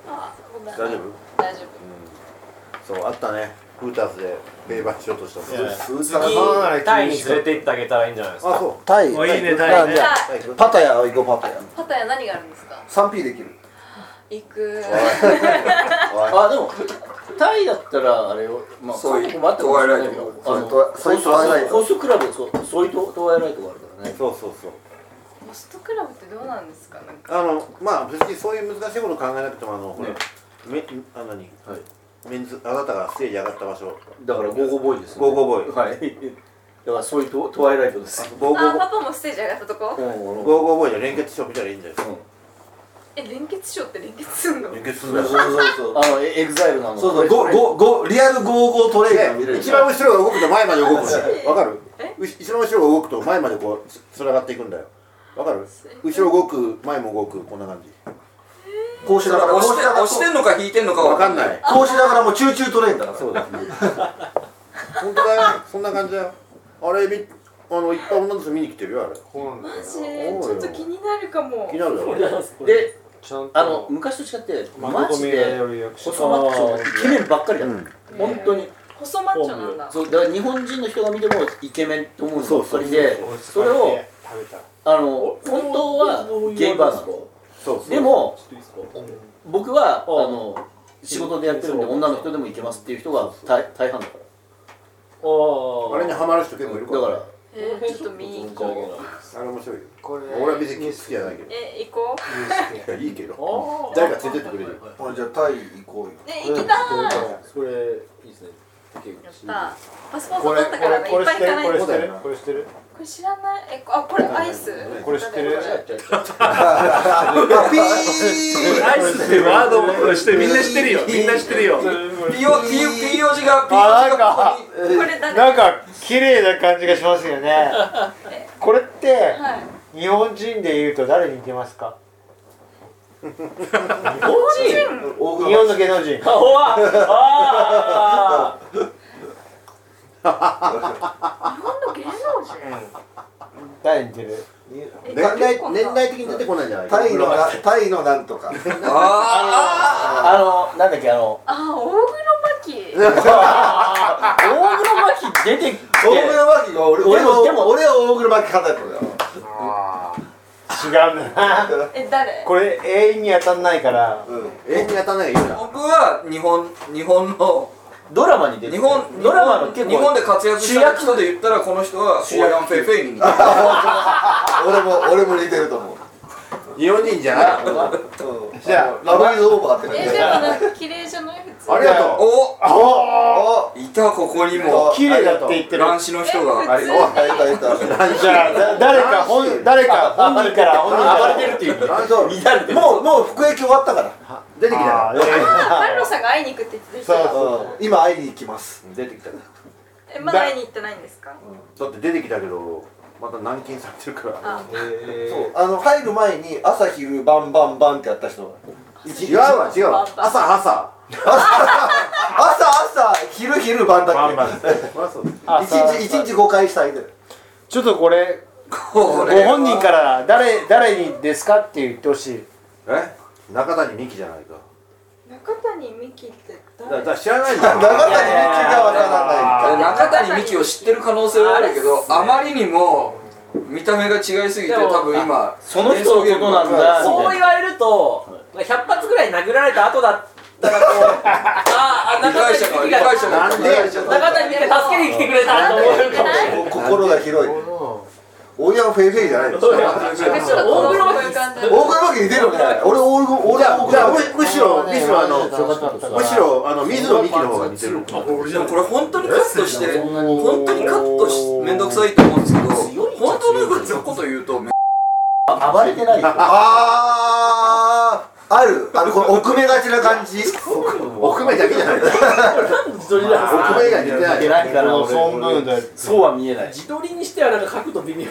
Speaker 8: あごめん
Speaker 4: 大丈夫うん
Speaker 8: 大丈夫
Speaker 4: そうあったねフーターズでベイバーしようとしたの
Speaker 2: や
Speaker 3: ふ
Speaker 7: 次タイに連れて行ってあげたらいいんじゃないですか。
Speaker 4: あそう
Speaker 5: タイ
Speaker 6: もういい
Speaker 5: タ
Speaker 6: ね
Speaker 5: イ
Speaker 6: タイね
Speaker 5: じゃあ
Speaker 8: さあ
Speaker 5: パタヤ行こうパタヤ
Speaker 8: パタヤ何があるんですか
Speaker 1: 3P できる
Speaker 8: 行く
Speaker 5: あでもタイだったらあれをまあ
Speaker 3: そういう
Speaker 5: 韓国もあってもしれないけど
Speaker 3: トワイライト
Speaker 5: あの
Speaker 3: そういうトワイライト
Speaker 5: ホストクラブそうそういうトワイライトがあるからね
Speaker 4: そうそうそう
Speaker 8: ホストクラブってどうなんですかなんか
Speaker 4: あのまあ別にそういう難しいこと考えなくてもあのほらめあのに
Speaker 5: はい
Speaker 4: メンズあなたがステージ上がった場所
Speaker 5: だからゴーゴーボーイですね
Speaker 4: ゴーゴーボーイ
Speaker 5: はいだからそういうトトワイライトです
Speaker 4: ゴーゴ
Speaker 8: あ
Speaker 4: ー
Speaker 8: パパもステージ上がったとこ
Speaker 4: ゴー
Speaker 5: ゴー
Speaker 4: ゴーボーイで連結しようみたいないいんじゃないですか
Speaker 8: え連結ショーって連結すんの
Speaker 4: 連結するん
Speaker 1: そ
Speaker 4: だ
Speaker 1: うそ
Speaker 4: よ
Speaker 1: うそう
Speaker 5: あのエエグザイルなの
Speaker 1: そうそうゴゴゴリアルゴーゴートレイが見れ
Speaker 4: で
Speaker 1: る
Speaker 4: 一番後ろが動くと前まで動くんだ
Speaker 8: え
Speaker 4: よわかる
Speaker 8: え
Speaker 4: うし一番後ろが動くと前までこうつつながっていくんだよわかる後ろ動く前も動くこんな感じ
Speaker 1: こうしながら
Speaker 3: 押
Speaker 1: こ
Speaker 3: し
Speaker 1: うしてながら
Speaker 3: 押してんのか引いてんのか
Speaker 4: わ
Speaker 3: わ
Speaker 4: かん ない
Speaker 1: こうしながらもうチューチュートレインだから
Speaker 4: そうですね本当だよそんな感じだよあれみあのいっぱい女の人見に来てるよあれ
Speaker 8: マジちょっと気になるかも
Speaker 4: 気になるだろ
Speaker 5: で
Speaker 2: ちゃんと
Speaker 5: あの昔と違ってマジで細マッチョ
Speaker 2: あ
Speaker 5: なイケメンばっかりだ、
Speaker 4: うん
Speaker 5: 本当に
Speaker 8: 細マッチョなんだ
Speaker 5: そうだから日本人の人が見てもイケメンと思うのばっかり
Speaker 4: そう
Speaker 5: でそれを
Speaker 2: 食べた
Speaker 5: あの本当はゲイバーなの
Speaker 4: そうそう
Speaker 5: でも僕はあ
Speaker 7: あ
Speaker 5: の仕事でやってるんで女の人でもいけますっていう人が大大半だか
Speaker 7: あ
Speaker 4: あれにハマる人結構いるから
Speaker 5: だから
Speaker 8: えー、ちょっと見に行こう
Speaker 4: あれ面白いよ
Speaker 2: これ
Speaker 4: 俺は別に好きじゃないけ
Speaker 8: え行こ
Speaker 4: どいやいいけど
Speaker 7: あ
Speaker 4: 誰か連れてってくれるよ
Speaker 1: あじゃあタイ行こうよ
Speaker 8: うね行きたー
Speaker 7: それいいですね。
Speaker 8: やったパスポー
Speaker 2: こ
Speaker 8: ト
Speaker 2: れ
Speaker 8: 取ったからね
Speaker 2: これ
Speaker 8: いっぱい行かない
Speaker 2: これ
Speaker 8: と
Speaker 2: 知っ
Speaker 8: こ
Speaker 2: てるこれ知ってる
Speaker 8: れ知らないえあこれアイス
Speaker 2: これ知ってる
Speaker 1: あピー
Speaker 6: アイスってワードをしてみんな知ってるよみんな知ってるよ
Speaker 3: ピヨピヨピヨ字がピ
Speaker 2: あなん
Speaker 3: ヨ字
Speaker 2: か
Speaker 3: がここに
Speaker 8: これ誰
Speaker 2: なんか綺麗な感じがしますよねこれって
Speaker 8: はい
Speaker 2: 日本人で言うと誰に似てますか
Speaker 1: 大
Speaker 2: 日
Speaker 1: 黒
Speaker 2: 本の芸能人
Speaker 7: あおわああ
Speaker 8: 日本の芸能人
Speaker 2: 誰に似てる
Speaker 8: え
Speaker 4: 年代
Speaker 8: 結構な
Speaker 4: 年代的に出てこないんじゃない
Speaker 1: タイのなタイのなんとか
Speaker 3: あ
Speaker 5: あのなんだっけあの
Speaker 8: あ大黒摩季
Speaker 5: 大黒摩季出てきて
Speaker 1: 大黒摩季が俺俺
Speaker 5: でもで
Speaker 1: は
Speaker 5: も
Speaker 1: 俺は大黒摩季派だよ
Speaker 2: 違うんだな
Speaker 8: え誰
Speaker 2: これ永遠に当たんないから
Speaker 1: うん
Speaker 4: 永遠に当たんないがいいな
Speaker 3: 僕は日本日本の
Speaker 5: ドラマに出て
Speaker 3: 日
Speaker 5: きて
Speaker 3: 本
Speaker 5: ドラマの
Speaker 3: 日
Speaker 5: 結構
Speaker 3: 本で活躍した人で言ったらこの人はオーヤン・フェイフェイに似てる
Speaker 1: 俺も俺も似てると思う
Speaker 4: 日本人じゃない
Speaker 1: うんじゃあラブイズオーバーって感じ
Speaker 8: えでもなんか綺麗じゃない普通
Speaker 4: ありがとう
Speaker 3: お
Speaker 1: お
Speaker 3: いたここにも
Speaker 2: 綺麗だって言ってる
Speaker 3: 乱視の人が
Speaker 1: ありおいたいたいた
Speaker 2: じゃあだ誰か本誰か本人から本人か
Speaker 5: 暴
Speaker 2: ら
Speaker 5: れてるっていう
Speaker 1: そうもうもう服役終わったから
Speaker 4: 出てきた
Speaker 2: あー
Speaker 4: から
Speaker 8: 春野さんが会いに行くって言ってた人が
Speaker 4: そう
Speaker 1: うん今会いに行きます
Speaker 4: 出てきたから
Speaker 8: えまだ会いに行ってないんですか
Speaker 4: だって出てきたけどまた軟禁されてるから
Speaker 8: あ
Speaker 2: え
Speaker 1: そうあの入る前に朝昼晩晩晩ってやった人が
Speaker 4: 違うわ違うわ
Speaker 8: 朝
Speaker 4: 朝朝
Speaker 1: 朝朝昼昼晩だっけ
Speaker 4: そりゃそうだ
Speaker 1: 一日一日5回したいで
Speaker 2: ちょっとこれ
Speaker 1: こ
Speaker 2: ご本人から誰誰にですかって言ってほしい
Speaker 4: え中谷美紀じゃないか
Speaker 8: 中谷美紀って
Speaker 4: だからだ
Speaker 8: 誰
Speaker 4: から知らないじ
Speaker 1: 長
Speaker 4: ゃ
Speaker 1: 谷
Speaker 4: ん
Speaker 1: 美紀がわからない
Speaker 3: 中谷美紀を知ってる可能性はあるけどあまりにも見た目が違いすぎて
Speaker 7: でも
Speaker 3: 多分今
Speaker 9: その人のことなんだみ
Speaker 7: そう
Speaker 9: たい
Speaker 7: 言われると100発ぐらい殴られた後だった らこうああ
Speaker 3: 理
Speaker 7: 中
Speaker 3: 解者が理
Speaker 7: 谷美紀が
Speaker 3: 解者が
Speaker 4: なんで
Speaker 7: 中谷美紀が助けに来てくれたと思うかもしれない
Speaker 1: こ心が広い
Speaker 4: 大山フェイフェイじゃないの
Speaker 7: そうだよ
Speaker 8: なんかちょっとこういう感じで
Speaker 1: 大黒摩季に出るよね俺大黒俺
Speaker 4: じゃ
Speaker 1: 大
Speaker 4: あじゃあ
Speaker 1: 黒
Speaker 4: むむしろむしろあのむ
Speaker 2: む
Speaker 4: しろあの水野美紀の方が似てる
Speaker 3: でもこれ本当にカットして
Speaker 2: んなに
Speaker 3: 本当にカットしめんどくさいと思うんですけど本当のこと言うとめ
Speaker 5: 暴れてないよ
Speaker 1: あーあるあのこの奥めがちな感じ
Speaker 4: 奥目だけじゃない奥目以外似てない
Speaker 5: てないから
Speaker 2: こ
Speaker 5: 俺
Speaker 2: の孫文で
Speaker 5: そうは見えない
Speaker 7: 自撮りにしてはなんか角度微妙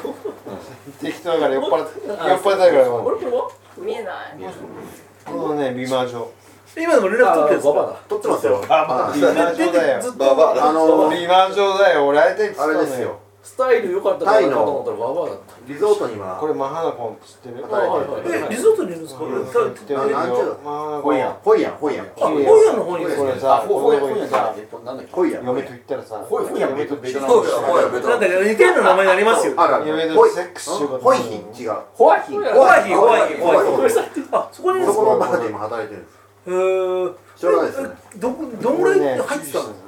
Speaker 2: 適当だから酔っ払って酔っ払ってないからこ
Speaker 7: 俺これは
Speaker 8: 見えない
Speaker 2: のね美魔女
Speaker 5: 今でも連絡取ってるんですか
Speaker 4: 撮ってますよ
Speaker 2: 美魔女だよ
Speaker 1: ババ
Speaker 4: あの
Speaker 2: 美魔女だよ俺相手に
Speaker 4: あれですよ
Speaker 7: スタイル良かったからかと思ったらババアだっ
Speaker 4: リゾートには
Speaker 2: これマハナコンって知ってる
Speaker 7: たはいはいはい
Speaker 4: え
Speaker 5: リゾートにいるんですか
Speaker 2: 知ってるよ
Speaker 4: なんていうの
Speaker 2: マハナコ
Speaker 4: ホイヤン
Speaker 2: ン
Speaker 4: ホイヤンホイヤ
Speaker 2: あ
Speaker 4: ン
Speaker 2: 本
Speaker 5: 屋の方
Speaker 2: これさこの子にさ
Speaker 5: なんだっけ
Speaker 4: ホイヤン
Speaker 2: 嫁と言ったらさ
Speaker 5: ほいほいやん
Speaker 2: 嫁とベトナム
Speaker 3: そうやほやベトナム
Speaker 5: か似てる名前になりますよ
Speaker 4: あら
Speaker 2: 嫁
Speaker 4: ホイ
Speaker 2: とセックスしようかと
Speaker 4: ホイ
Speaker 2: 思う
Speaker 4: ヒン違う
Speaker 5: ホワヒ
Speaker 7: ホ
Speaker 4: ワヒホワヒホワヒ
Speaker 5: ホワヒあそこ
Speaker 4: そこのバーで今働いてるんです
Speaker 5: へー
Speaker 4: しょうがないですね
Speaker 5: どこどん
Speaker 2: こ
Speaker 5: ぐ
Speaker 2: れ
Speaker 5: ら
Speaker 2: ね
Speaker 5: い入ってたの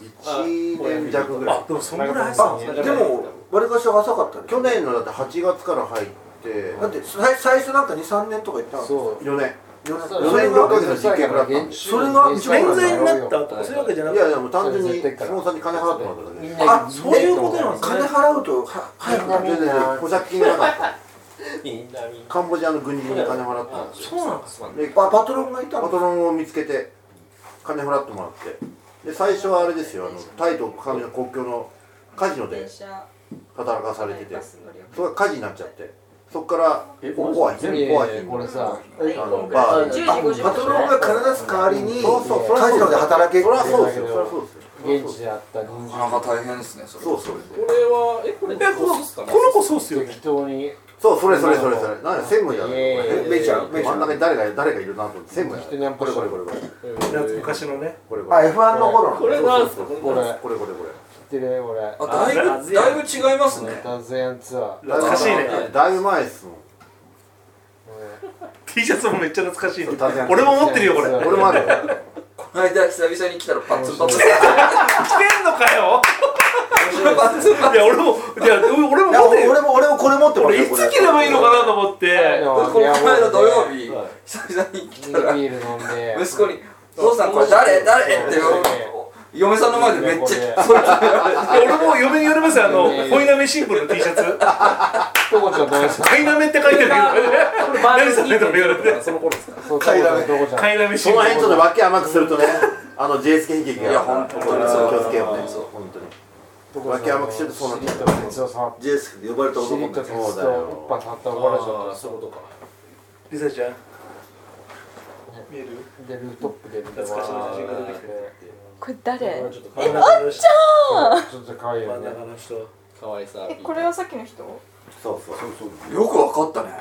Speaker 4: 1年弱ぐらい
Speaker 5: でもそん
Speaker 2: これ
Speaker 5: ぐらい入ってたん
Speaker 2: あ
Speaker 5: ですね
Speaker 4: でも
Speaker 1: 割かし浅かったね
Speaker 4: 去年のだって8月から入って
Speaker 1: だって最最初なんか23年とか言ったの
Speaker 2: そう
Speaker 4: 4年
Speaker 2: それがそれが一
Speaker 5: 免罪になったとかそういうわけじゃないくて
Speaker 4: やでも単純に下本さんに金払ってもらっただけ
Speaker 5: あそういうことなんです
Speaker 1: 金
Speaker 5: ね
Speaker 1: 払うとは早くなる
Speaker 4: 全然保釈金がなかった
Speaker 7: たみんなみんな
Speaker 4: カンボジアの軍人に金払ったんですよ
Speaker 5: そうなんです
Speaker 4: でパ
Speaker 1: パパトロンがいた
Speaker 4: パ
Speaker 1: の
Speaker 4: トロンを見つけて金払ってもらってで最初はあれですよあのタイと神の国境のカジノで
Speaker 8: 電車
Speaker 4: 働かされてて
Speaker 8: バス乗り
Speaker 4: それが火事になっちゃってそっから
Speaker 5: え
Speaker 4: ココアヒンコアヒン
Speaker 2: これさ
Speaker 8: はい
Speaker 4: あ
Speaker 8: こ
Speaker 4: の
Speaker 8: んぐらい
Speaker 4: バーで
Speaker 8: 10時
Speaker 4: あ
Speaker 8: 50分
Speaker 1: パトロンが金出す代わりに
Speaker 4: そうそうそれは
Speaker 1: カジノで働け
Speaker 4: それはそうですよ
Speaker 2: け
Speaker 4: そ
Speaker 2: ど
Speaker 4: れはそうですよ
Speaker 2: 現地であった人
Speaker 3: なかなか大変ですねそれ
Speaker 4: そうそう
Speaker 7: これはえこれ
Speaker 5: えこのこの子そうっすよね
Speaker 2: 適当に
Speaker 4: そうそれそれそれそれなんで専務じゃない
Speaker 2: え
Speaker 4: これ
Speaker 2: ー
Speaker 4: めちゃん真ん中に誰が誰がいるなと思って専務
Speaker 2: 適当にアン
Speaker 4: こ
Speaker 2: プ
Speaker 4: れ
Speaker 2: しろ
Speaker 4: これこれこれ
Speaker 6: 昔のね
Speaker 4: これこ
Speaker 1: あ
Speaker 4: れ
Speaker 1: F1 の頃の
Speaker 7: これなんですか
Speaker 4: そうそうそう
Speaker 2: これ
Speaker 4: これこれこれ
Speaker 2: 知ってる俺
Speaker 3: あだいぶだいぶ違いますね
Speaker 2: ダズヤンツアー
Speaker 6: 懐かしいね
Speaker 4: だいぶ前ですもん
Speaker 6: T シャツもめっちゃ懐かしいね
Speaker 4: そう達也
Speaker 6: 俺も持ってるよこれ
Speaker 4: 俺もあるよ
Speaker 3: この間久々に来たらパッツンパッツン
Speaker 6: 着てんのかよ
Speaker 3: パッツンパッ
Speaker 6: いや俺もいや俺も
Speaker 1: いや
Speaker 6: 持ってるよ
Speaker 1: 俺も俺もこれ持ってもら
Speaker 6: 俺いつ着ればいいのかなと思って
Speaker 3: ツンこの前の土曜日久々に来
Speaker 2: ビ
Speaker 3: たら
Speaker 2: ール飲んで
Speaker 3: 息子に「父さんこれ誰誰?」って嫁さんの前でめっちゃそれ
Speaker 6: いや俺も嫁に言われますよあの「恋なめシンプルの T シャツ」
Speaker 2: どこちゃんどこち
Speaker 6: 「恋なめ」って書いてるけど
Speaker 7: これバー
Speaker 6: 何
Speaker 7: ジ
Speaker 6: そ
Speaker 7: ョン
Speaker 6: れとか言われて
Speaker 7: 2.0その頃ですか
Speaker 2: ゃんそうどこちゃんどこちゃ
Speaker 6: 「
Speaker 2: ん
Speaker 6: 恋なめシ
Speaker 4: そ
Speaker 6: ンプ
Speaker 4: の辺
Speaker 6: ル」
Speaker 4: ちょっと脇甘くするとねあの JSK 悲劇が
Speaker 3: いや本当にそう
Speaker 4: 気をつけようね
Speaker 3: そう
Speaker 4: 本当に
Speaker 2: どこちゃん
Speaker 4: 脇甘くしてるとそうなっちゃう
Speaker 2: 哲夫さん
Speaker 1: ジェイスで呼ばれた
Speaker 2: シ
Speaker 1: 男
Speaker 2: リ
Speaker 1: も
Speaker 2: と哲
Speaker 4: そうだ
Speaker 2: 夫
Speaker 4: よ
Speaker 2: 一発あったら怒られちゃった
Speaker 7: そういうことか
Speaker 6: リサちゃん見える
Speaker 2: でルーフトップで見て
Speaker 6: 懐かしい写真が出てきて
Speaker 8: これ誰
Speaker 7: ちょっと
Speaker 6: えおっちゃ
Speaker 2: ちょっと可愛いよ
Speaker 6: ん真ん
Speaker 2: ね
Speaker 6: 中の人
Speaker 7: かわいさ
Speaker 8: えこれはさっきの人
Speaker 4: そうそう
Speaker 3: よくわかったね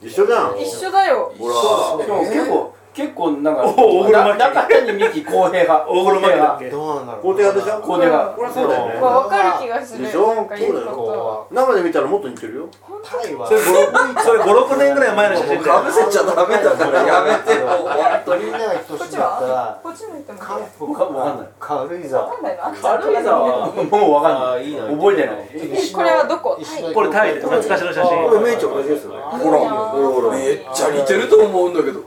Speaker 4: 一緒じゃん
Speaker 8: 一緒だよ
Speaker 3: ほら
Speaker 9: な結構結構なんか
Speaker 6: おー大黒摩季
Speaker 9: 中谷美紀公平派
Speaker 6: 大黒摩季だっけ
Speaker 2: どうなんだろう
Speaker 4: 肯定派でしょ
Speaker 9: 公平派
Speaker 4: これはそうだよね
Speaker 8: わわかる気がする
Speaker 4: でしょ
Speaker 8: なんかいいこと
Speaker 4: 生で見たらもっと似てるよ
Speaker 2: タイは
Speaker 6: それ56それ56年ぐらい前の写真だ
Speaker 3: かぶせちゃダメだからやめてよ本当
Speaker 2: みん
Speaker 3: に
Speaker 2: なが等
Speaker 8: こっ
Speaker 2: し
Speaker 8: ち
Speaker 2: だった
Speaker 8: は
Speaker 2: ら
Speaker 8: こっち向いても
Speaker 2: 韓
Speaker 8: わ
Speaker 2: 国は軽井沢
Speaker 8: かんないな
Speaker 7: 軽井沢は
Speaker 9: もうわかん
Speaker 7: あーいいな
Speaker 9: ない覚えてない
Speaker 8: えこれはどこ
Speaker 2: 一
Speaker 8: タイ
Speaker 2: 緒に
Speaker 6: これタイで懐かしの写
Speaker 1: これ
Speaker 6: 真
Speaker 1: メイちゃん同じですよね
Speaker 3: ほらほらめっちゃ似てると思うんだけど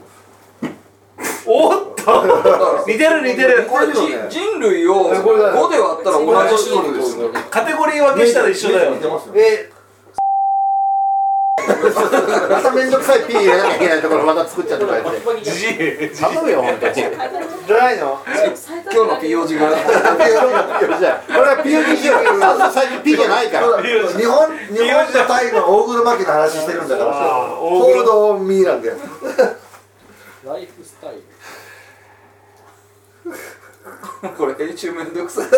Speaker 6: おっと似てる似てる
Speaker 3: これじ人類を5で割ったら同じ種類ですよ
Speaker 6: カテゴリー分けしたら一緒だよ
Speaker 1: 似てますよ
Speaker 2: え
Speaker 4: まためんどくさいピー入れなきゃいけないところまた作っちゃってこうやって
Speaker 7: じじい
Speaker 4: 頼むよ本当にじゃないの
Speaker 3: 今日の POG が
Speaker 4: じゃあ俺は POG じゃない最近 P じゃないか
Speaker 1: 日
Speaker 4: ら
Speaker 1: 本日本とタイの大黒摩季の話してるんだから
Speaker 6: 大
Speaker 1: 行
Speaker 6: 黒
Speaker 1: 動ミイランだよ
Speaker 7: ライフスタイル
Speaker 3: これ編集めんどくさい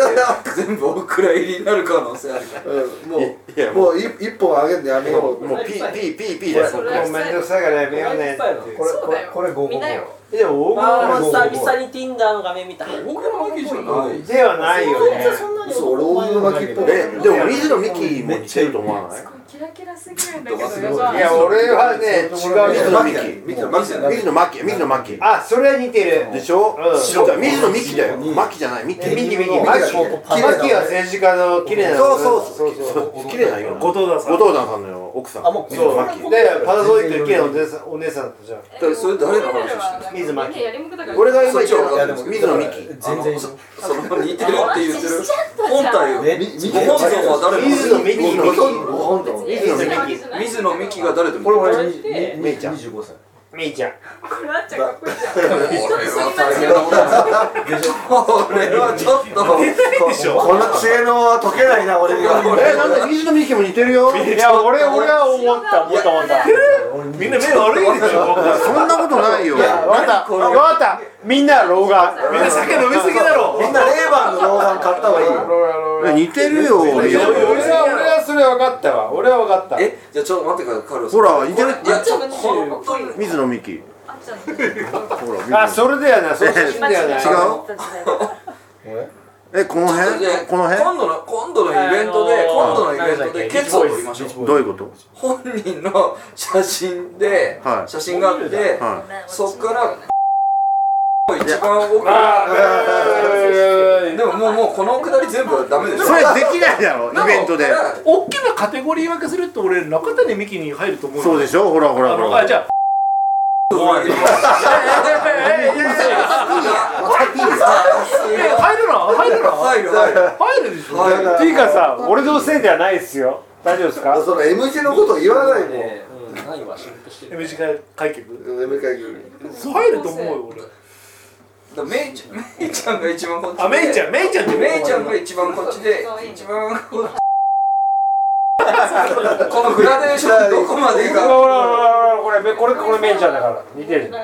Speaker 3: 全部お蔵入りになる可能性あるから
Speaker 1: うんも
Speaker 4: いや
Speaker 1: うもう一一本上げるのやめよう
Speaker 4: もう P P P P です
Speaker 8: それ
Speaker 2: もうめんどくさいからやめようねっていう
Speaker 8: これそうだよ
Speaker 9: これこれ
Speaker 8: みんなよ
Speaker 2: でも
Speaker 7: あ
Speaker 2: 大
Speaker 7: あ
Speaker 2: 黒
Speaker 7: 久々に Tinder の画面見た
Speaker 3: 大黒摩季じゃない
Speaker 2: ではないよね
Speaker 8: そんなそんなに男前なんだけど
Speaker 4: えでも水野美紀めっちゃいいと思わない
Speaker 8: すごいキラキラすぎるんだけどやば
Speaker 2: いや俺はね違
Speaker 4: 水
Speaker 2: う
Speaker 4: 野
Speaker 2: よ
Speaker 4: 美
Speaker 3: 見て
Speaker 4: 紀
Speaker 3: マジで
Speaker 4: 水野真紀水野真紀
Speaker 2: あそれは似てる
Speaker 4: でしょ
Speaker 2: うん
Speaker 4: じゃあ水野美紀だよ真紀じゃない美紀
Speaker 2: ミキミキ
Speaker 4: 真
Speaker 2: マキマキは政治家の綺麗な
Speaker 4: そうそう
Speaker 2: そう
Speaker 4: そ
Speaker 2: そう
Speaker 4: う綺麗なよ
Speaker 6: 後藤田さん
Speaker 4: 後藤田さんのよ奥さん
Speaker 9: あもう
Speaker 4: 水野真紀
Speaker 2: そうでパラソイって綺麗なお姉さんお姉さんとじゃん
Speaker 3: だからそれ誰の話して
Speaker 2: る水巻
Speaker 8: やりもくだから
Speaker 4: 俺が今言ってる
Speaker 3: そっちは分か
Speaker 4: の
Speaker 3: って
Speaker 4: は
Speaker 3: る
Speaker 4: 水野美紀
Speaker 9: 全然
Speaker 3: その似てるって言ってる本
Speaker 8: 本
Speaker 3: 体
Speaker 8: 体
Speaker 3: を
Speaker 8: を
Speaker 9: ね
Speaker 3: ご本尊は誰
Speaker 2: 水野美紀
Speaker 4: 水野美紀
Speaker 9: 本当
Speaker 4: 水野美紀
Speaker 3: 水野美紀が誰でも
Speaker 9: これ俺
Speaker 8: これって
Speaker 9: めいちゃん25歳
Speaker 2: みーちゃん
Speaker 8: これあっちゃんかっこいいじゃん
Speaker 3: 俺は大変なもんだ俺はちょっと
Speaker 1: こんな性能は解けないな俺には
Speaker 4: えなんだ水野美紀も似てるよ
Speaker 2: いや俺俺は思った思った思った
Speaker 6: みんな目悪いでしょ
Speaker 4: そんなことないよ
Speaker 2: わかったわかったみんな老眼
Speaker 6: みんな酒飲みすぎだろ
Speaker 1: みんなレーバンの老眼買った方がいいよ
Speaker 4: 似てるよ
Speaker 2: 俺
Speaker 4: 水野美紀
Speaker 2: は俺はそれ分かったわ俺は分かった
Speaker 3: えじゃあちょっと待ってくださいカルロス
Speaker 4: ほら似てる
Speaker 3: いやちょっと本当に
Speaker 4: 水野美紀
Speaker 8: あっちゃんの
Speaker 4: ほら水
Speaker 2: あ
Speaker 4: 野
Speaker 2: それだよなその写真だよな
Speaker 4: 違うえこの辺
Speaker 3: で
Speaker 4: この
Speaker 3: 今
Speaker 4: 辺
Speaker 3: 度の今度のイベントで
Speaker 7: あの
Speaker 3: 今度の
Speaker 7: ー
Speaker 3: イベントでケツを撮りましょう
Speaker 4: どういうこと
Speaker 3: 本人の写真で
Speaker 4: はい
Speaker 3: 写真があって
Speaker 4: は
Speaker 3: そっから一番奥でももうもうこのくだり全部ダメで
Speaker 4: い
Speaker 3: しょ
Speaker 4: それできないだろイベントで
Speaker 3: なんか
Speaker 6: 大きなカテゴリー分けすると俺中谷美紀に入ると思う
Speaker 4: そうでしょほらほら
Speaker 6: あ
Speaker 4: ほ
Speaker 6: の
Speaker 4: ら
Speaker 6: あじゃあ
Speaker 3: 終わり
Speaker 6: 入るな入るな
Speaker 3: 入る入る
Speaker 6: 入るでしょ
Speaker 3: 入る
Speaker 2: っていうかさ俺のせいではないですよ大丈夫ですか
Speaker 1: その M 字のこと言わないもん
Speaker 7: ねうんないわ仕事してる
Speaker 6: M 字開脚
Speaker 1: M 会議より
Speaker 6: 入ると思うよ俺
Speaker 3: だからめいちゃんめいちゃんが一番こっちで
Speaker 6: あめいちゃんめいちゃん
Speaker 3: めいちゃんが一番こっちで一番こっちこのグラデーションどこまで
Speaker 2: ほら
Speaker 3: が
Speaker 2: ほらほらほらこれこれこれメンちゃんだから似てる
Speaker 7: えなん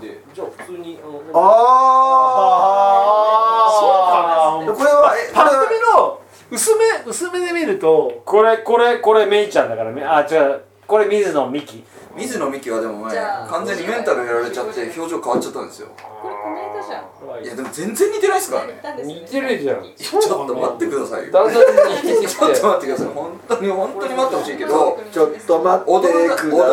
Speaker 7: でじゃあ普通にあの
Speaker 2: ああ
Speaker 1: これはえ
Speaker 6: パッと見の薄め薄めで見ると
Speaker 2: これこれこれメイちゃんだからねあ違うこれ水野美紀
Speaker 3: 水野美紀はでも前
Speaker 8: じゃあ
Speaker 3: 完全にメンタルやられちゃって表情変わっちゃったんですよ
Speaker 8: これこの間じゃん
Speaker 3: いやでも全然似てないですからね
Speaker 2: 似てるじゃん
Speaker 8: い
Speaker 3: ちょっと待ってくださいよ
Speaker 2: だんだん似てきて
Speaker 3: ちょっと待ってください本当に本当に待ってほしいけど
Speaker 1: ちょっと待
Speaker 3: 踊
Speaker 1: って
Speaker 3: る
Speaker 1: くだ
Speaker 3: 大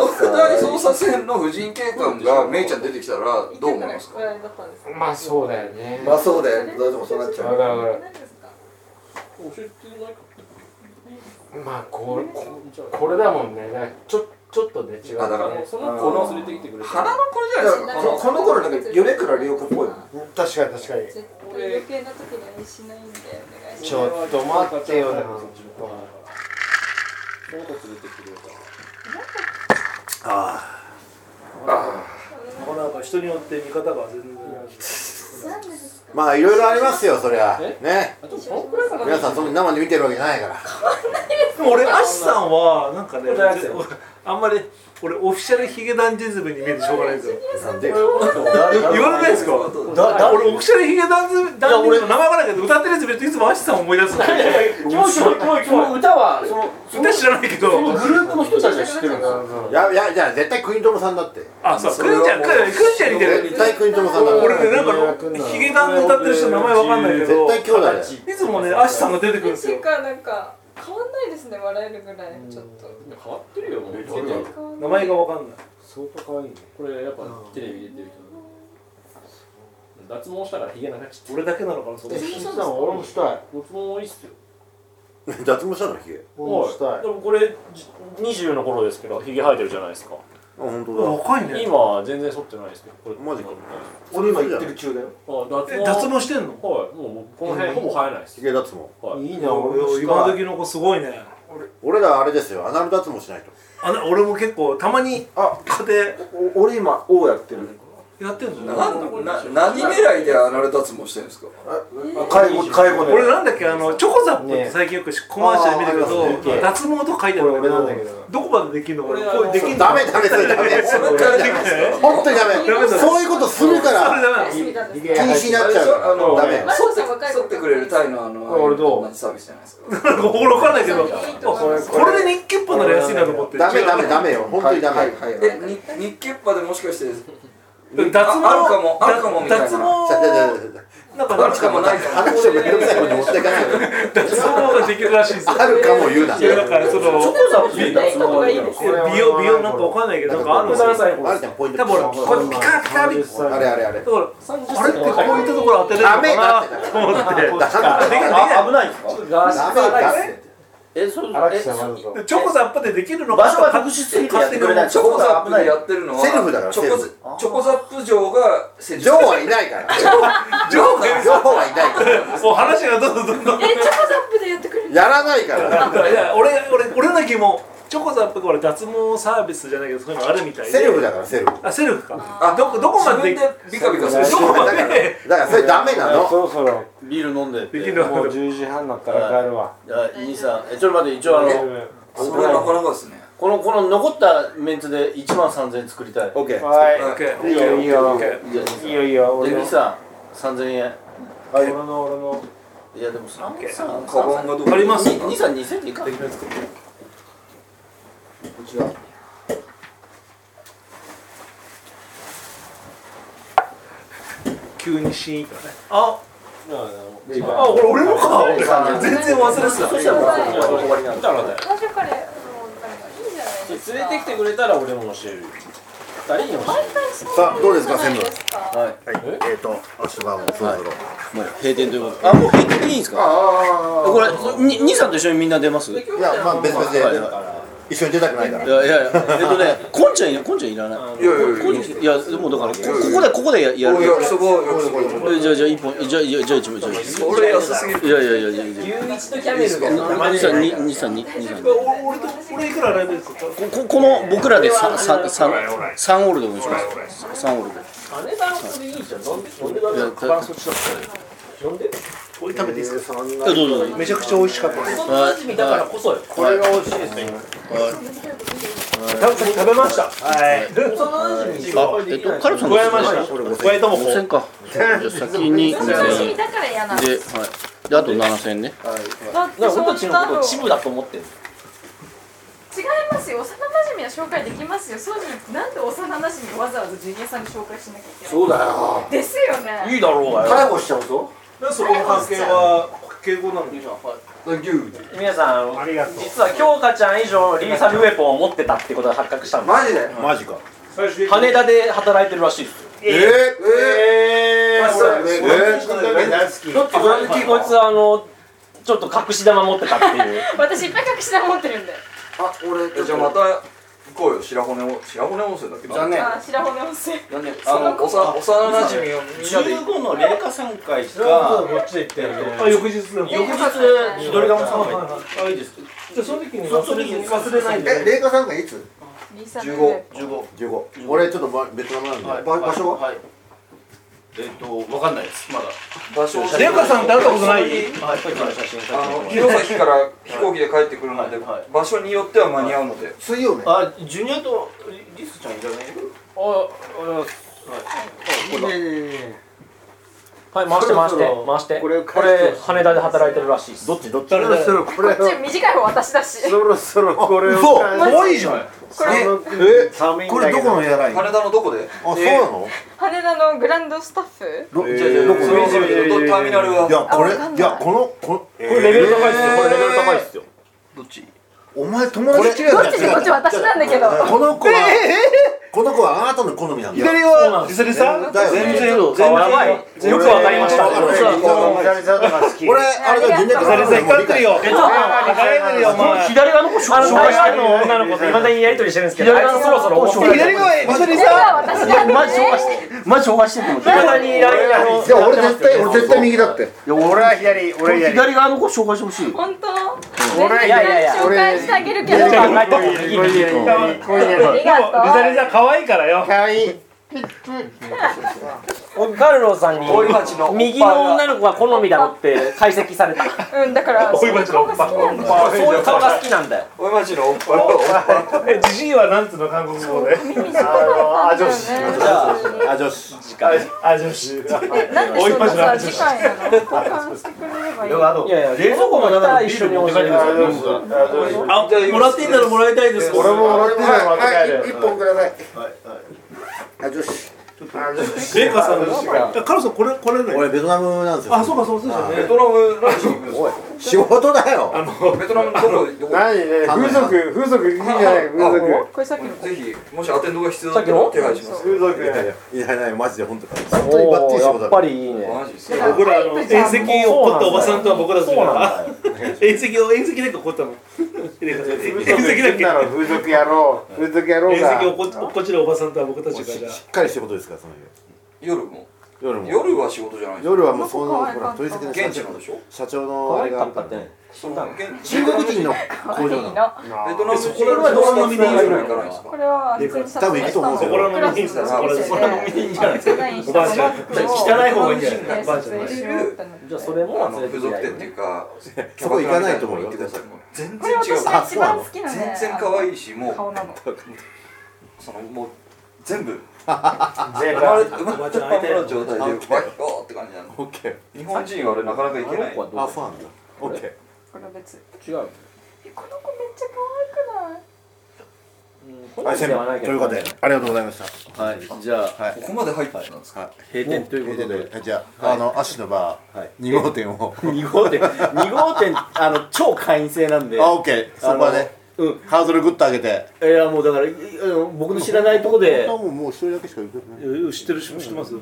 Speaker 3: 捜
Speaker 1: さ
Speaker 3: 査線の藤井警官がめいちゃん出てきたらどう思いますか
Speaker 8: これだったんです
Speaker 2: まあそうだよね
Speaker 1: いまあそうだよどうしてもそうなっちゃ
Speaker 2: わ
Speaker 1: う
Speaker 2: かるわか
Speaker 8: 何ですか
Speaker 7: 教えてないか
Speaker 2: るまあこれここれだもんねだからちょちょっとね違う
Speaker 3: あだから
Speaker 7: その子の連れてきてくれて
Speaker 3: 鼻のこれじゃないですかこの
Speaker 1: この頃なんか米倉涼子っぽい
Speaker 2: 確かに確かに
Speaker 8: 絶対余計な時にはしないんでお願いします
Speaker 2: ちょっと待ってよな
Speaker 7: その子連れてきてくれた
Speaker 6: もうなんか人によって見方が全然
Speaker 8: 何ですか
Speaker 4: まあいろいろありますよそりゃ
Speaker 7: え
Speaker 4: ね
Speaker 7: あでもこのくらいかな
Speaker 4: 皆さんそんな生で見てるわけじゃないから
Speaker 6: でも俺アシさんはなんかね
Speaker 7: これアシさん
Speaker 6: 俺あんまり俺オフィシャルヒゲダンディズムに見えてしょうがないんですよ
Speaker 4: なんで
Speaker 6: 言われないですか俺オフィシャルヒゲダンディズムダンディズムの名前わからないけど歌ってるやつ見るといつもアシさんを思い出すんだよ
Speaker 7: その歌はその
Speaker 6: 歌知らないけど
Speaker 7: グループの人たちは知ってるんですよ
Speaker 4: いやいやじゃあ絶対国友さんだって
Speaker 6: あそうくんちゃんくんちゃん似てる
Speaker 4: 絶対国友さんだって
Speaker 6: 俺ねなんかヒゲダンで歌ってる人の名前わかんないけど
Speaker 4: 絶対
Speaker 6: い
Speaker 4: 兄弟だよ
Speaker 6: つもねアシさんが出てくるんですよ
Speaker 8: ていうかなんか変わんないですね笑えるぐらいちょっと
Speaker 7: 変わってるよもう
Speaker 8: 変わんな
Speaker 6: 名
Speaker 8: い
Speaker 6: 前がわかんない
Speaker 2: 相当可愛いね
Speaker 7: これやっぱテレビ出てる人脱毛したからヒゲ長くして
Speaker 6: 俺だけなのかなそれ
Speaker 2: えしんさん俺もしたい
Speaker 7: 脱毛多いっすよ
Speaker 4: 脱毛したのヒゲ
Speaker 2: 俺もしたい
Speaker 7: でもこれじ20の頃ですけどヒゲ生えてるじゃないですか
Speaker 4: あ本当
Speaker 6: 若いね
Speaker 7: 今は全然剃ってないですけどこれ
Speaker 4: マジか
Speaker 1: 俺今言ってる中だよ
Speaker 7: あ脱
Speaker 6: え
Speaker 7: 毛
Speaker 6: 脱毛してんの
Speaker 7: はいもう僕この辺ほぼ生えないで
Speaker 4: ヒ
Speaker 7: す
Speaker 4: ゲ脱毛
Speaker 7: はい
Speaker 2: いいな俺もし
Speaker 6: 今
Speaker 2: たい
Speaker 6: 時の子すごいね
Speaker 4: 俺らあれですよアナル脱毛しないと
Speaker 6: あな俺も結構たまに
Speaker 3: あ
Speaker 6: 家庭
Speaker 3: お俺今 O やってる
Speaker 6: やってんの
Speaker 3: なな何狙いでアナル脱毛してるんですか
Speaker 4: 介護介護
Speaker 6: 俺なんだっけあのチョコザップって最近よくコマーシャル見てる
Speaker 4: あーありま
Speaker 6: け
Speaker 4: す
Speaker 6: ど
Speaker 4: ね
Speaker 6: 脱毛とか書いてあるんだ
Speaker 2: 俺
Speaker 6: け
Speaker 2: なんだけ
Speaker 6: ど
Speaker 2: ど
Speaker 6: どこまでできるのこれ
Speaker 7: 俺は
Speaker 6: これできんの
Speaker 4: ダメダメそれダメ本当にダメそういうことするか
Speaker 6: それ
Speaker 4: ら
Speaker 6: ダメなの
Speaker 8: 休みたんです
Speaker 4: 禁止になっちゃうから
Speaker 3: あの
Speaker 4: ダメ
Speaker 3: 剃って剃ってくれるタイのあの
Speaker 2: 俺どう
Speaker 3: 同じサービスじゃないですか
Speaker 6: なんか俺わかんないけど
Speaker 8: いいと思います
Speaker 6: これで日給っぽなら安いなと思って
Speaker 4: ダメダメダメよ本当にダ
Speaker 9: は
Speaker 4: メ
Speaker 9: いはいはい
Speaker 3: えに日給パでもしかして
Speaker 6: 脱
Speaker 3: あ
Speaker 6: 毛
Speaker 3: あるかもあるかもみたいな
Speaker 6: 脱毛なんか
Speaker 3: あるかもないかも
Speaker 4: 話をめんどくさいことに持っていかない
Speaker 6: 脱毛ができるらしいですよ
Speaker 4: あるかも言うない
Speaker 6: やだからその
Speaker 3: チョコザップに脱毛がいいです
Speaker 6: 美容美容なんかわかんないけどなんかあるんですよ
Speaker 4: あるじゃんポイント
Speaker 6: 多分俺これピカピカでだ
Speaker 4: あれあれあれ
Speaker 6: からあれってこういったところ当てれる
Speaker 4: ダメだ
Speaker 6: のか
Speaker 4: って
Speaker 6: なと思って
Speaker 9: あ危ないんですか
Speaker 7: ガーシ
Speaker 4: ダ
Speaker 7: ー
Speaker 4: メ
Speaker 7: さん
Speaker 4: だっ
Speaker 7: が
Speaker 4: て
Speaker 9: えそれ
Speaker 2: 荒木
Speaker 9: え
Speaker 2: さんあるぞ
Speaker 6: でチョコザップでできるのか
Speaker 9: 場所が特殊すぎてやってくれない
Speaker 3: チョコザップでやってるのは
Speaker 4: セルフだから
Speaker 3: チョコ
Speaker 4: セルフ
Speaker 3: チョコザップ嬢が施
Speaker 4: ジョーはいないから ジョ
Speaker 3: 嬢が
Speaker 4: ーはいないから
Speaker 6: もう話がどんどんどんどん
Speaker 8: えチョコザップでやってくれる
Speaker 4: やらないから
Speaker 6: いや俺俺俺の疑問チョコザップこれ脱毛サービスじゃないけどそういうのあるみたいで
Speaker 4: セルフだからセルフ
Speaker 6: あセルフかあどこどこま
Speaker 3: 自分
Speaker 6: でで
Speaker 3: でビカビカする
Speaker 4: だ
Speaker 6: どこまで
Speaker 4: からそれダメなの
Speaker 2: そろそろ
Speaker 5: ビール飲んでって
Speaker 6: できるの
Speaker 2: もう
Speaker 6: か
Speaker 2: 10時半になったら帰るわ
Speaker 5: あいいさえちょっと待って一応あの
Speaker 3: それはなかなかですね
Speaker 5: このこの残ったメンツで1万3000円作りたい
Speaker 4: オッケー
Speaker 2: は
Speaker 6: OK
Speaker 2: いいいよいいよ
Speaker 5: じゃ
Speaker 2: いいよいいよ
Speaker 5: あ
Speaker 2: 俺
Speaker 5: デ
Speaker 2: の
Speaker 5: ビさん3000円
Speaker 2: 俺の俺の
Speaker 5: いやでも3
Speaker 6: OK
Speaker 5: 3
Speaker 3: カバンがどこ
Speaker 6: あります
Speaker 5: 2 3 2 0でいいか
Speaker 4: こちら
Speaker 6: 急にシーンとねあ
Speaker 2: で今
Speaker 6: あ俺俺もか俺
Speaker 8: そう
Speaker 6: 全然忘れてた
Speaker 5: そしたらもう
Speaker 8: はい
Speaker 5: 終わりなんだ
Speaker 8: ラジオカレーのなんかいいじゃないですか
Speaker 7: 連れてきてくれたら俺も教えるよ二人に教
Speaker 8: 毎
Speaker 7: える
Speaker 8: 回そう
Speaker 4: さあどうですか専務
Speaker 8: 務
Speaker 5: はい
Speaker 4: はいえっと足場をそろそろ
Speaker 5: もう閉店ということであもう閉店でいいんですか
Speaker 4: あ
Speaker 5: これに兄さんと一緒にみんな出ますい
Speaker 4: いやまあ別々で
Speaker 5: はいは
Speaker 4: 一緒に出たくないから
Speaker 5: やいやいやえっとねこんちゃんいらこんちゃんいらない
Speaker 3: いやいやいや
Speaker 5: こんちゃんいやでもだからこここでここでやや
Speaker 3: お
Speaker 5: る
Speaker 3: 焼きそば焼きそば
Speaker 5: えじゃあじゃあ一本じゃあじゃあじゃあ一本じゃあ一本
Speaker 3: それ安すぎる
Speaker 5: いやいやいやいやいやいや
Speaker 7: 牛一とキャメルが
Speaker 5: 二三二二三二二三こ
Speaker 6: 俺俺と俺いくらライブですか
Speaker 5: ここの僕らで三三三三オールでお願いします三オールで
Speaker 7: 姉さんそれいいじゃんなんでなんで
Speaker 5: いや
Speaker 7: だ
Speaker 5: た
Speaker 7: めなんで
Speaker 6: 俺食べていいですか
Speaker 5: どうぞどうぞ
Speaker 6: めちゃくちゃ美味しかった
Speaker 7: そんな馴染みだからこそよ
Speaker 4: これが美味しいですね
Speaker 6: 食べましたはい
Speaker 7: 幼馴染
Speaker 5: あえっとカルソン
Speaker 6: 加えました加えたもん
Speaker 5: 五千かじゃあ先に五
Speaker 8: 楽し
Speaker 5: 千
Speaker 8: みだから嫌なん
Speaker 5: で、はい、であと7000ね
Speaker 8: だって
Speaker 7: なんか
Speaker 8: そ
Speaker 7: 俺たち
Speaker 8: んな
Speaker 7: のこ
Speaker 8: の
Speaker 7: とチブだと思ってる
Speaker 8: 違いますよ幼馴染は紹介できますよそうじゃなんで幼馴染をわざわざジュニアさんに紹介しなきゃいけない
Speaker 4: そうだよ
Speaker 8: ですよね
Speaker 7: いいだろうがよ
Speaker 4: 逮捕しちゃうぞ
Speaker 6: そこの関係は敬語なの
Speaker 7: 皆さん
Speaker 2: ありがとう
Speaker 7: 実は京香ちゃん以上リーサルウェポンを持ってたってことが発覚したんで
Speaker 3: マジで
Speaker 4: マジか
Speaker 7: す羽田で働いてるらしいですよ
Speaker 4: えー、えー、え
Speaker 7: だって最近こいつあのちょっと隠し玉持ってたっていう
Speaker 8: 私いっぱい隠し玉持ってるんで
Speaker 3: あ、俺じゃあまた行こうよ白骨を白骨温泉だっけ残念
Speaker 8: あ白骨温泉
Speaker 3: 残念あのおさ幼馴染をみんなで行
Speaker 9: 15の霊下3回が
Speaker 2: こっちで行ったよね
Speaker 6: あ翌日だもん
Speaker 9: 翌日自撮りがもさまが
Speaker 6: あいいですじゃあその時に忘れずに忘れない
Speaker 4: え
Speaker 6: で
Speaker 4: 麗華さんがいつ
Speaker 8: リーサルウェ
Speaker 3: 15
Speaker 8: ポ
Speaker 9: 15
Speaker 4: 15俺ちょっとばベトナムなんで、ば場所は、
Speaker 9: はいえっとわかんないですまだ
Speaker 3: 場所を
Speaker 6: レオカさんって会ったことない
Speaker 9: はいさっきの写真さっ
Speaker 3: あ
Speaker 9: き
Speaker 3: の
Speaker 9: の
Speaker 3: 弘前から飛行機で帰ってくるので
Speaker 9: はいはい
Speaker 3: 場所によっては間に合うので
Speaker 4: 水曜日
Speaker 9: あジュニアとリリスちゃんいらない
Speaker 7: はい回して回して回してこれ羽田で働いてるらしいです
Speaker 4: どっちどっちそろそろこれ
Speaker 8: こっち短い方私だし
Speaker 2: そろそろこれを
Speaker 4: 嘘
Speaker 3: 可愛いじゃんこれ
Speaker 4: え
Speaker 3: 羽
Speaker 4: え
Speaker 2: 寒いん
Speaker 4: こ
Speaker 2: だ
Speaker 4: れ
Speaker 2: け
Speaker 4: どこのエアラインあ
Speaker 3: 田のどこで
Speaker 4: そうなの、
Speaker 8: 羽田のグランドスタッフ
Speaker 4: ど
Speaker 3: じゃあじゃあ
Speaker 4: ど
Speaker 3: そ
Speaker 4: こ
Speaker 3: れぞれのターミナルはい
Speaker 4: やこれ
Speaker 8: あわかんない
Speaker 4: いやこのこのこれ
Speaker 7: これレベル高いっすよこれレベル高いっすよ
Speaker 4: お前友達違う
Speaker 8: どっちでこっち私なんだけど
Speaker 4: この子は、この子はあなたの好みなんだよ
Speaker 6: 左はリサリサ
Speaker 4: だよね
Speaker 5: だ
Speaker 6: 全然
Speaker 5: よ
Speaker 6: 全然
Speaker 7: やばいよ
Speaker 6: 全然よくわかりました
Speaker 4: 俺
Speaker 6: リ
Speaker 9: 左座とか好き
Speaker 4: 俺あれだジュニア君
Speaker 6: サリサ光ってるよ光ってるよお前
Speaker 10: 左側の子紹介し
Speaker 7: あの
Speaker 10: て
Speaker 7: 台湾の女の子といまだにやりとりしてるんですけどあ
Speaker 10: 左側
Speaker 7: い
Speaker 10: の
Speaker 7: つそろそろもう
Speaker 10: 紹介
Speaker 6: 左側リサリ
Speaker 8: じゃ
Speaker 6: サ
Speaker 8: あ私なん
Speaker 5: マジ紹介
Speaker 8: だ
Speaker 5: し
Speaker 8: ね
Speaker 5: てマジ紹介してって思ってい
Speaker 7: いまだに LINE が
Speaker 4: いや俺絶対俺絶対右だって
Speaker 5: や俺
Speaker 9: は左俺左
Speaker 5: 左側の子紹介してほしい
Speaker 8: 本当
Speaker 9: 俺
Speaker 8: いやいやいや紹介してあげるけどありがとう
Speaker 6: リサリサ可愛いからよ
Speaker 9: 可愛い
Speaker 7: カルロさんに
Speaker 3: 大井町の
Speaker 7: 右の女の子が好みだろって解析された
Speaker 8: うんだからそういう顔が好きなんだよ
Speaker 7: そういう顔が好きなんだよ
Speaker 3: おいまちのおっぱいは
Speaker 6: えジジイはなんつうの韓国語で
Speaker 8: 耳短かったんだよね
Speaker 4: あ女子
Speaker 6: あ女子
Speaker 8: えなんでそんなさ次回なの交換してくれればいい
Speaker 9: あと
Speaker 7: いやいや冷蔵庫の中にビール持って帰ってください
Speaker 6: あもらっていいならもらいたいです
Speaker 9: 俺ももらってないわ
Speaker 4: はい一本くださいあ女子
Speaker 6: レイカさんのカロさんこれこれね
Speaker 4: 俺ベトナムなんですよ
Speaker 6: あそうかそうそうでした
Speaker 3: ベ
Speaker 6: ね
Speaker 3: トナムラジオ
Speaker 4: おい仕事だよ
Speaker 3: ベトナムどこどこ
Speaker 9: 何ね風俗風俗いいじゃない風俗
Speaker 8: これさっきの
Speaker 3: ぜひもしアテンドが必要だったら手配します
Speaker 9: 風俗
Speaker 4: いやいやいやいやマジで本当本当にバッチリ仕事だ
Speaker 7: ぱりいいね
Speaker 3: マジです
Speaker 8: だ
Speaker 3: か
Speaker 6: 僕らあの遠赤を怒ったおばさんとは僕らと
Speaker 7: そ うなんだよ
Speaker 6: 遠赤を遠赤で怒ったのレイカさん遠
Speaker 9: 風俗行
Speaker 6: 赤
Speaker 9: くな
Speaker 6: だっ
Speaker 9: ら風俗やろう風俗や
Speaker 6: け
Speaker 9: ろう
Speaker 6: 遠
Speaker 9: が
Speaker 6: 赤をここっちのおばさんとは僕たちがじゃあ
Speaker 4: しっかり仕事ですからその
Speaker 3: 夜も
Speaker 4: 夜夜も
Speaker 3: 夜は仕事じゃないです
Speaker 4: 夜はもうそのほら取り付けの
Speaker 3: 現
Speaker 4: 社
Speaker 3: 地の
Speaker 4: 長
Speaker 3: でしょ
Speaker 4: 社長のあれがあるから
Speaker 3: そう現地
Speaker 4: 中国人の工場なの
Speaker 8: の
Speaker 3: ベトナム
Speaker 6: これはどこのミディ
Speaker 3: 行かないですか
Speaker 8: これは普通に撮影したの
Speaker 6: そこらのミディーンさんそこらのそこらのミディーンじゃないおばあちゃん汚い方がいいんじゃない
Speaker 8: 撮影しようってなって
Speaker 7: じゃあそれも
Speaker 3: あの
Speaker 7: 忘れ
Speaker 3: 付
Speaker 7: て
Speaker 3: 属
Speaker 7: や
Speaker 3: 店っ
Speaker 7: る
Speaker 3: ていうか
Speaker 4: そこ行かないと思うよ
Speaker 3: キャバクラみたいなとこ行ってください全
Speaker 8: これ
Speaker 3: 然違
Speaker 8: 私
Speaker 3: う
Speaker 8: が一番好きなね
Speaker 3: 全然可愛いしもう
Speaker 8: 顔なの
Speaker 3: そのもう全部
Speaker 9: 全
Speaker 3: 生
Speaker 9: 部
Speaker 3: まれ生まれたままの状態でわっよーって感じなの
Speaker 4: オッケ
Speaker 3: 日本人は俺なかなか行けない
Speaker 7: ここ
Speaker 4: ーあ
Speaker 7: は
Speaker 4: そうなんだオッケー
Speaker 8: これ別
Speaker 7: どう違う
Speaker 8: えこの子めっちゃ可愛くない
Speaker 7: うんこんな
Speaker 4: は
Speaker 7: ん
Speaker 4: い、先
Speaker 7: ではな
Speaker 4: 輩
Speaker 7: い
Speaker 4: と
Speaker 7: け
Speaker 4: い
Speaker 7: ど
Speaker 4: うことで、ありがとうございました。
Speaker 5: はいじゃあ
Speaker 3: ここまで入ってたんですか
Speaker 5: 閉店ということ で
Speaker 4: はいじゃあ、あの、足のバー、二号店を。
Speaker 5: 2号店2号店あの超会員制なんで
Speaker 4: あ、オッケー、その場で、
Speaker 5: うん
Speaker 4: ハードルグッと上げて。
Speaker 5: いやもうだからいあの僕の知らないとこで
Speaker 4: もう、もう一人だけしか行くない。
Speaker 6: うん知ってる知ってます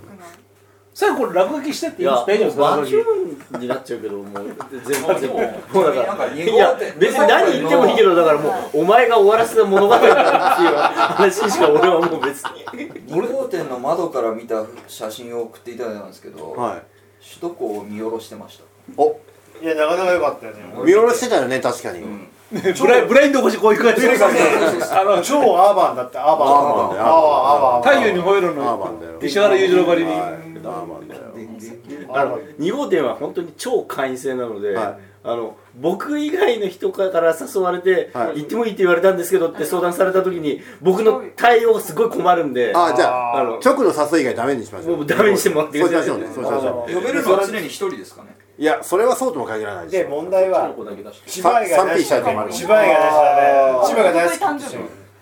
Speaker 6: 最後これ落書きしてって
Speaker 5: い
Speaker 6: いいです
Speaker 5: や
Speaker 6: か大丈夫ですか
Speaker 5: バ
Speaker 6: 落
Speaker 5: キュ
Speaker 6: 書
Speaker 5: ーンになっちゃうけどもう全然
Speaker 3: でも
Speaker 5: もうだから
Speaker 3: なんか日
Speaker 5: いや
Speaker 3: 本で
Speaker 5: 別に何言ってもいいけどだからもうお前が終わらせた物語だっていう話しか俺はもう別に
Speaker 3: 二号店の窓から見た写真を送っていただいたんですけど、
Speaker 4: はい。
Speaker 3: 首都高を見下ろしてました
Speaker 4: お、
Speaker 9: いやなかなか良かったよね
Speaker 4: 見下ろしてたよね、確かに。
Speaker 3: ん
Speaker 6: きブライブラインド越しこういう感じで
Speaker 9: あの超アーバンだってアーバン
Speaker 4: アーバンだ
Speaker 9: アーバン
Speaker 4: よ
Speaker 9: アーバン
Speaker 6: 太陽に吠える
Speaker 4: アー
Speaker 6: の
Speaker 4: バンだよ。
Speaker 6: 石原裕次郎ばりに
Speaker 4: はいアーバンだよ。
Speaker 9: アーバン
Speaker 5: 2号店は本当に超会員制なので、
Speaker 4: はい
Speaker 5: あの僕以外の人から誘われて、
Speaker 4: はい
Speaker 5: 行ってもいいって言われたんですけどって相談された時に僕の対応がすごい困るんで
Speaker 4: あ、じゃあ、
Speaker 5: あの
Speaker 4: 直の誘い以外ダメにしましょう。
Speaker 5: もうダメにしてもらって
Speaker 4: そうし
Speaker 5: く
Speaker 4: ま
Speaker 5: だ
Speaker 4: し
Speaker 5: さ
Speaker 4: ょ
Speaker 5: いう
Speaker 4: ね。そうしましょ
Speaker 3: 呼べるのは常に一人ですかね
Speaker 4: う。いや、それはそうとも限らない
Speaker 9: で
Speaker 4: で
Speaker 9: 問題は
Speaker 7: ここだけ出して
Speaker 9: 千葉が出
Speaker 4: 賛否し
Speaker 9: したた
Speaker 4: いとこもある
Speaker 9: 千葉が出したね千葉が大好き
Speaker 8: 誕生日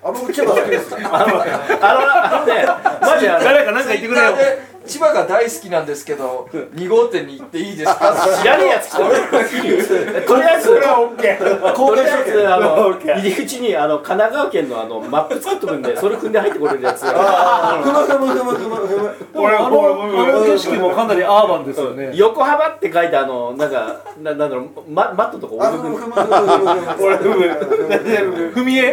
Speaker 4: あ、僕、千葉だけです。
Speaker 5: あのねマジあの
Speaker 6: 誰か何か言ってくれよ
Speaker 3: で千葉が大好きなんですけど2号店に行っていいです か
Speaker 5: 知らねえやつ来たのとりあえずこれは OK これ一つあの
Speaker 9: OK
Speaker 5: 入り口にあの神奈川県のあのマップ作っとくんでそれ踏んで入ってこれるやつふむふむふむふむふむ
Speaker 6: 俺あのあの景色もかなりアーバンですよね
Speaker 5: 横幅って書いてあのなんかななんだろう、ま、マットとか置いとくんで
Speaker 6: 俺踏み絵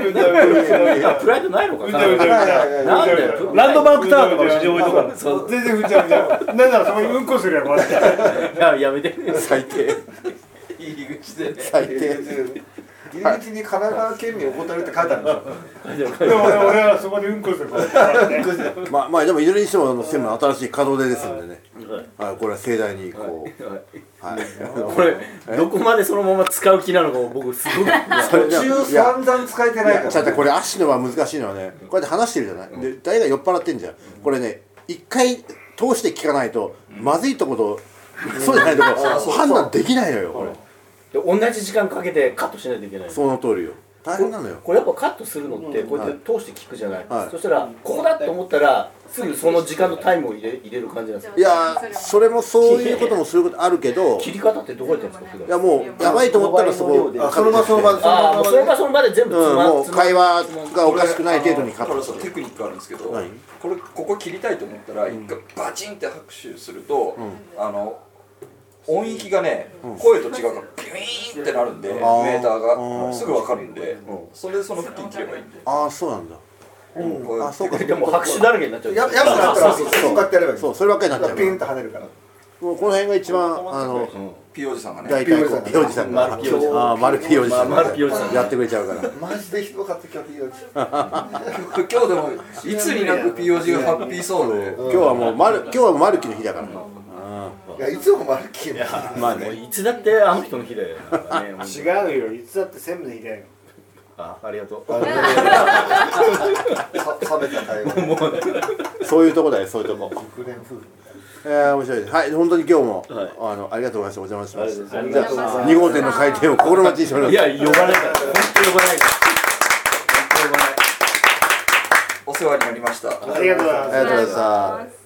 Speaker 5: あプライドないのかななんだよ
Speaker 6: ランドマークタワーとか後ろ置いとか
Speaker 5: そう
Speaker 9: 全然ふちゃふちゃなんならそこにうんこするやんこうやって
Speaker 5: いややめて
Speaker 4: 最低。
Speaker 3: 入り口でね
Speaker 4: 最低。
Speaker 9: 入り口に神奈川県民おこたるって書いてあるんでしょ
Speaker 5: い
Speaker 9: でも俺はそこにうんこするからね
Speaker 4: まあ、まあ、でも、いずれにしても、あの、専務新しい門出ですんでね。はい、これは盛大に、こう。はい。
Speaker 5: これどこまでそのまま使う気なのか僕すごく
Speaker 4: それじゃあ
Speaker 9: 途中
Speaker 4: いや
Speaker 9: 散々使えてないから
Speaker 4: ちゃんとこれ足のは難しいのはねこうやって話してるじゃないで大が酔っ払ってんじゃんこれね一回通して聞かないとまずいとことそうじゃないとこ判断できないのよこれ
Speaker 5: 同じ時間かけてカットしないといけない
Speaker 4: その通りよ大変なのよ
Speaker 5: これやっぱカットするのってこうやって通して聞くじゃない、
Speaker 4: はい
Speaker 5: そしたらここだと思ったらすぐその時間のタイムを入れ入れる感じなんですか
Speaker 4: いやーそれもそういうこともそういうことあるけど
Speaker 5: 切り方ってどこやってるんですか
Speaker 4: いやもうやばいと思ったらそこ
Speaker 5: あその場その場であーもうその場その場で全部つ
Speaker 4: うん
Speaker 5: ま
Speaker 4: もう
Speaker 5: つま
Speaker 4: 会話がおかしくない程度にカッ
Speaker 3: これあの
Speaker 4: ト
Speaker 3: こ
Speaker 4: す
Speaker 3: れさ
Speaker 4: る
Speaker 3: テクニックあるんですけどこれここ切りたいと思ったら一回バチンって拍手すると、あの音域がね、声と違うからビュイーンってなるんで、
Speaker 4: あ
Speaker 3: メ
Speaker 4: ー
Speaker 3: ーター
Speaker 4: う
Speaker 3: が
Speaker 4: ん
Speaker 3: すぐわかるんで、それでその付近切ればいいんで、
Speaker 4: ああそうなんだ
Speaker 3: うん
Speaker 4: あそうか
Speaker 3: でも拍手だらけになっちゃうややつらだったらそうそう
Speaker 4: やってやればいいそうそればっかりになっちゃう
Speaker 11: ピンと跳ねるから
Speaker 4: もうこの辺が一番あの
Speaker 3: ピーおじさんがね
Speaker 4: 大体こうピーおじさんが
Speaker 3: マルピーおじさん
Speaker 4: あーマルピーおじさんが
Speaker 3: まあマルピーおじさん
Speaker 4: やってくれちゃうから
Speaker 11: マジでひどかった今日ひどい
Speaker 3: 今日 でもいつになく POG がハッピーそうで
Speaker 4: 今日はもうマル今日はマルキの日だから
Speaker 11: いやいつもマルキーだ
Speaker 5: まあねいつだってあの人の日だよ、なんかね
Speaker 12: 違うよいつだって専務の日だよ
Speaker 5: あありが とう
Speaker 11: 冷めた対応
Speaker 4: そういうとこだよそういうとこ
Speaker 11: 熟年夫婦
Speaker 4: えー、面白いですはい本当に今日も、あのありがとうございましたお邪魔しました
Speaker 5: あり
Speaker 4: じ
Speaker 5: がとうございます
Speaker 4: ゃあ2号店の開店を心待ちにしております
Speaker 5: いや呼ばれた
Speaker 3: 本当に呼ばないお世話になりました
Speaker 4: ありがとうございますありがとうございました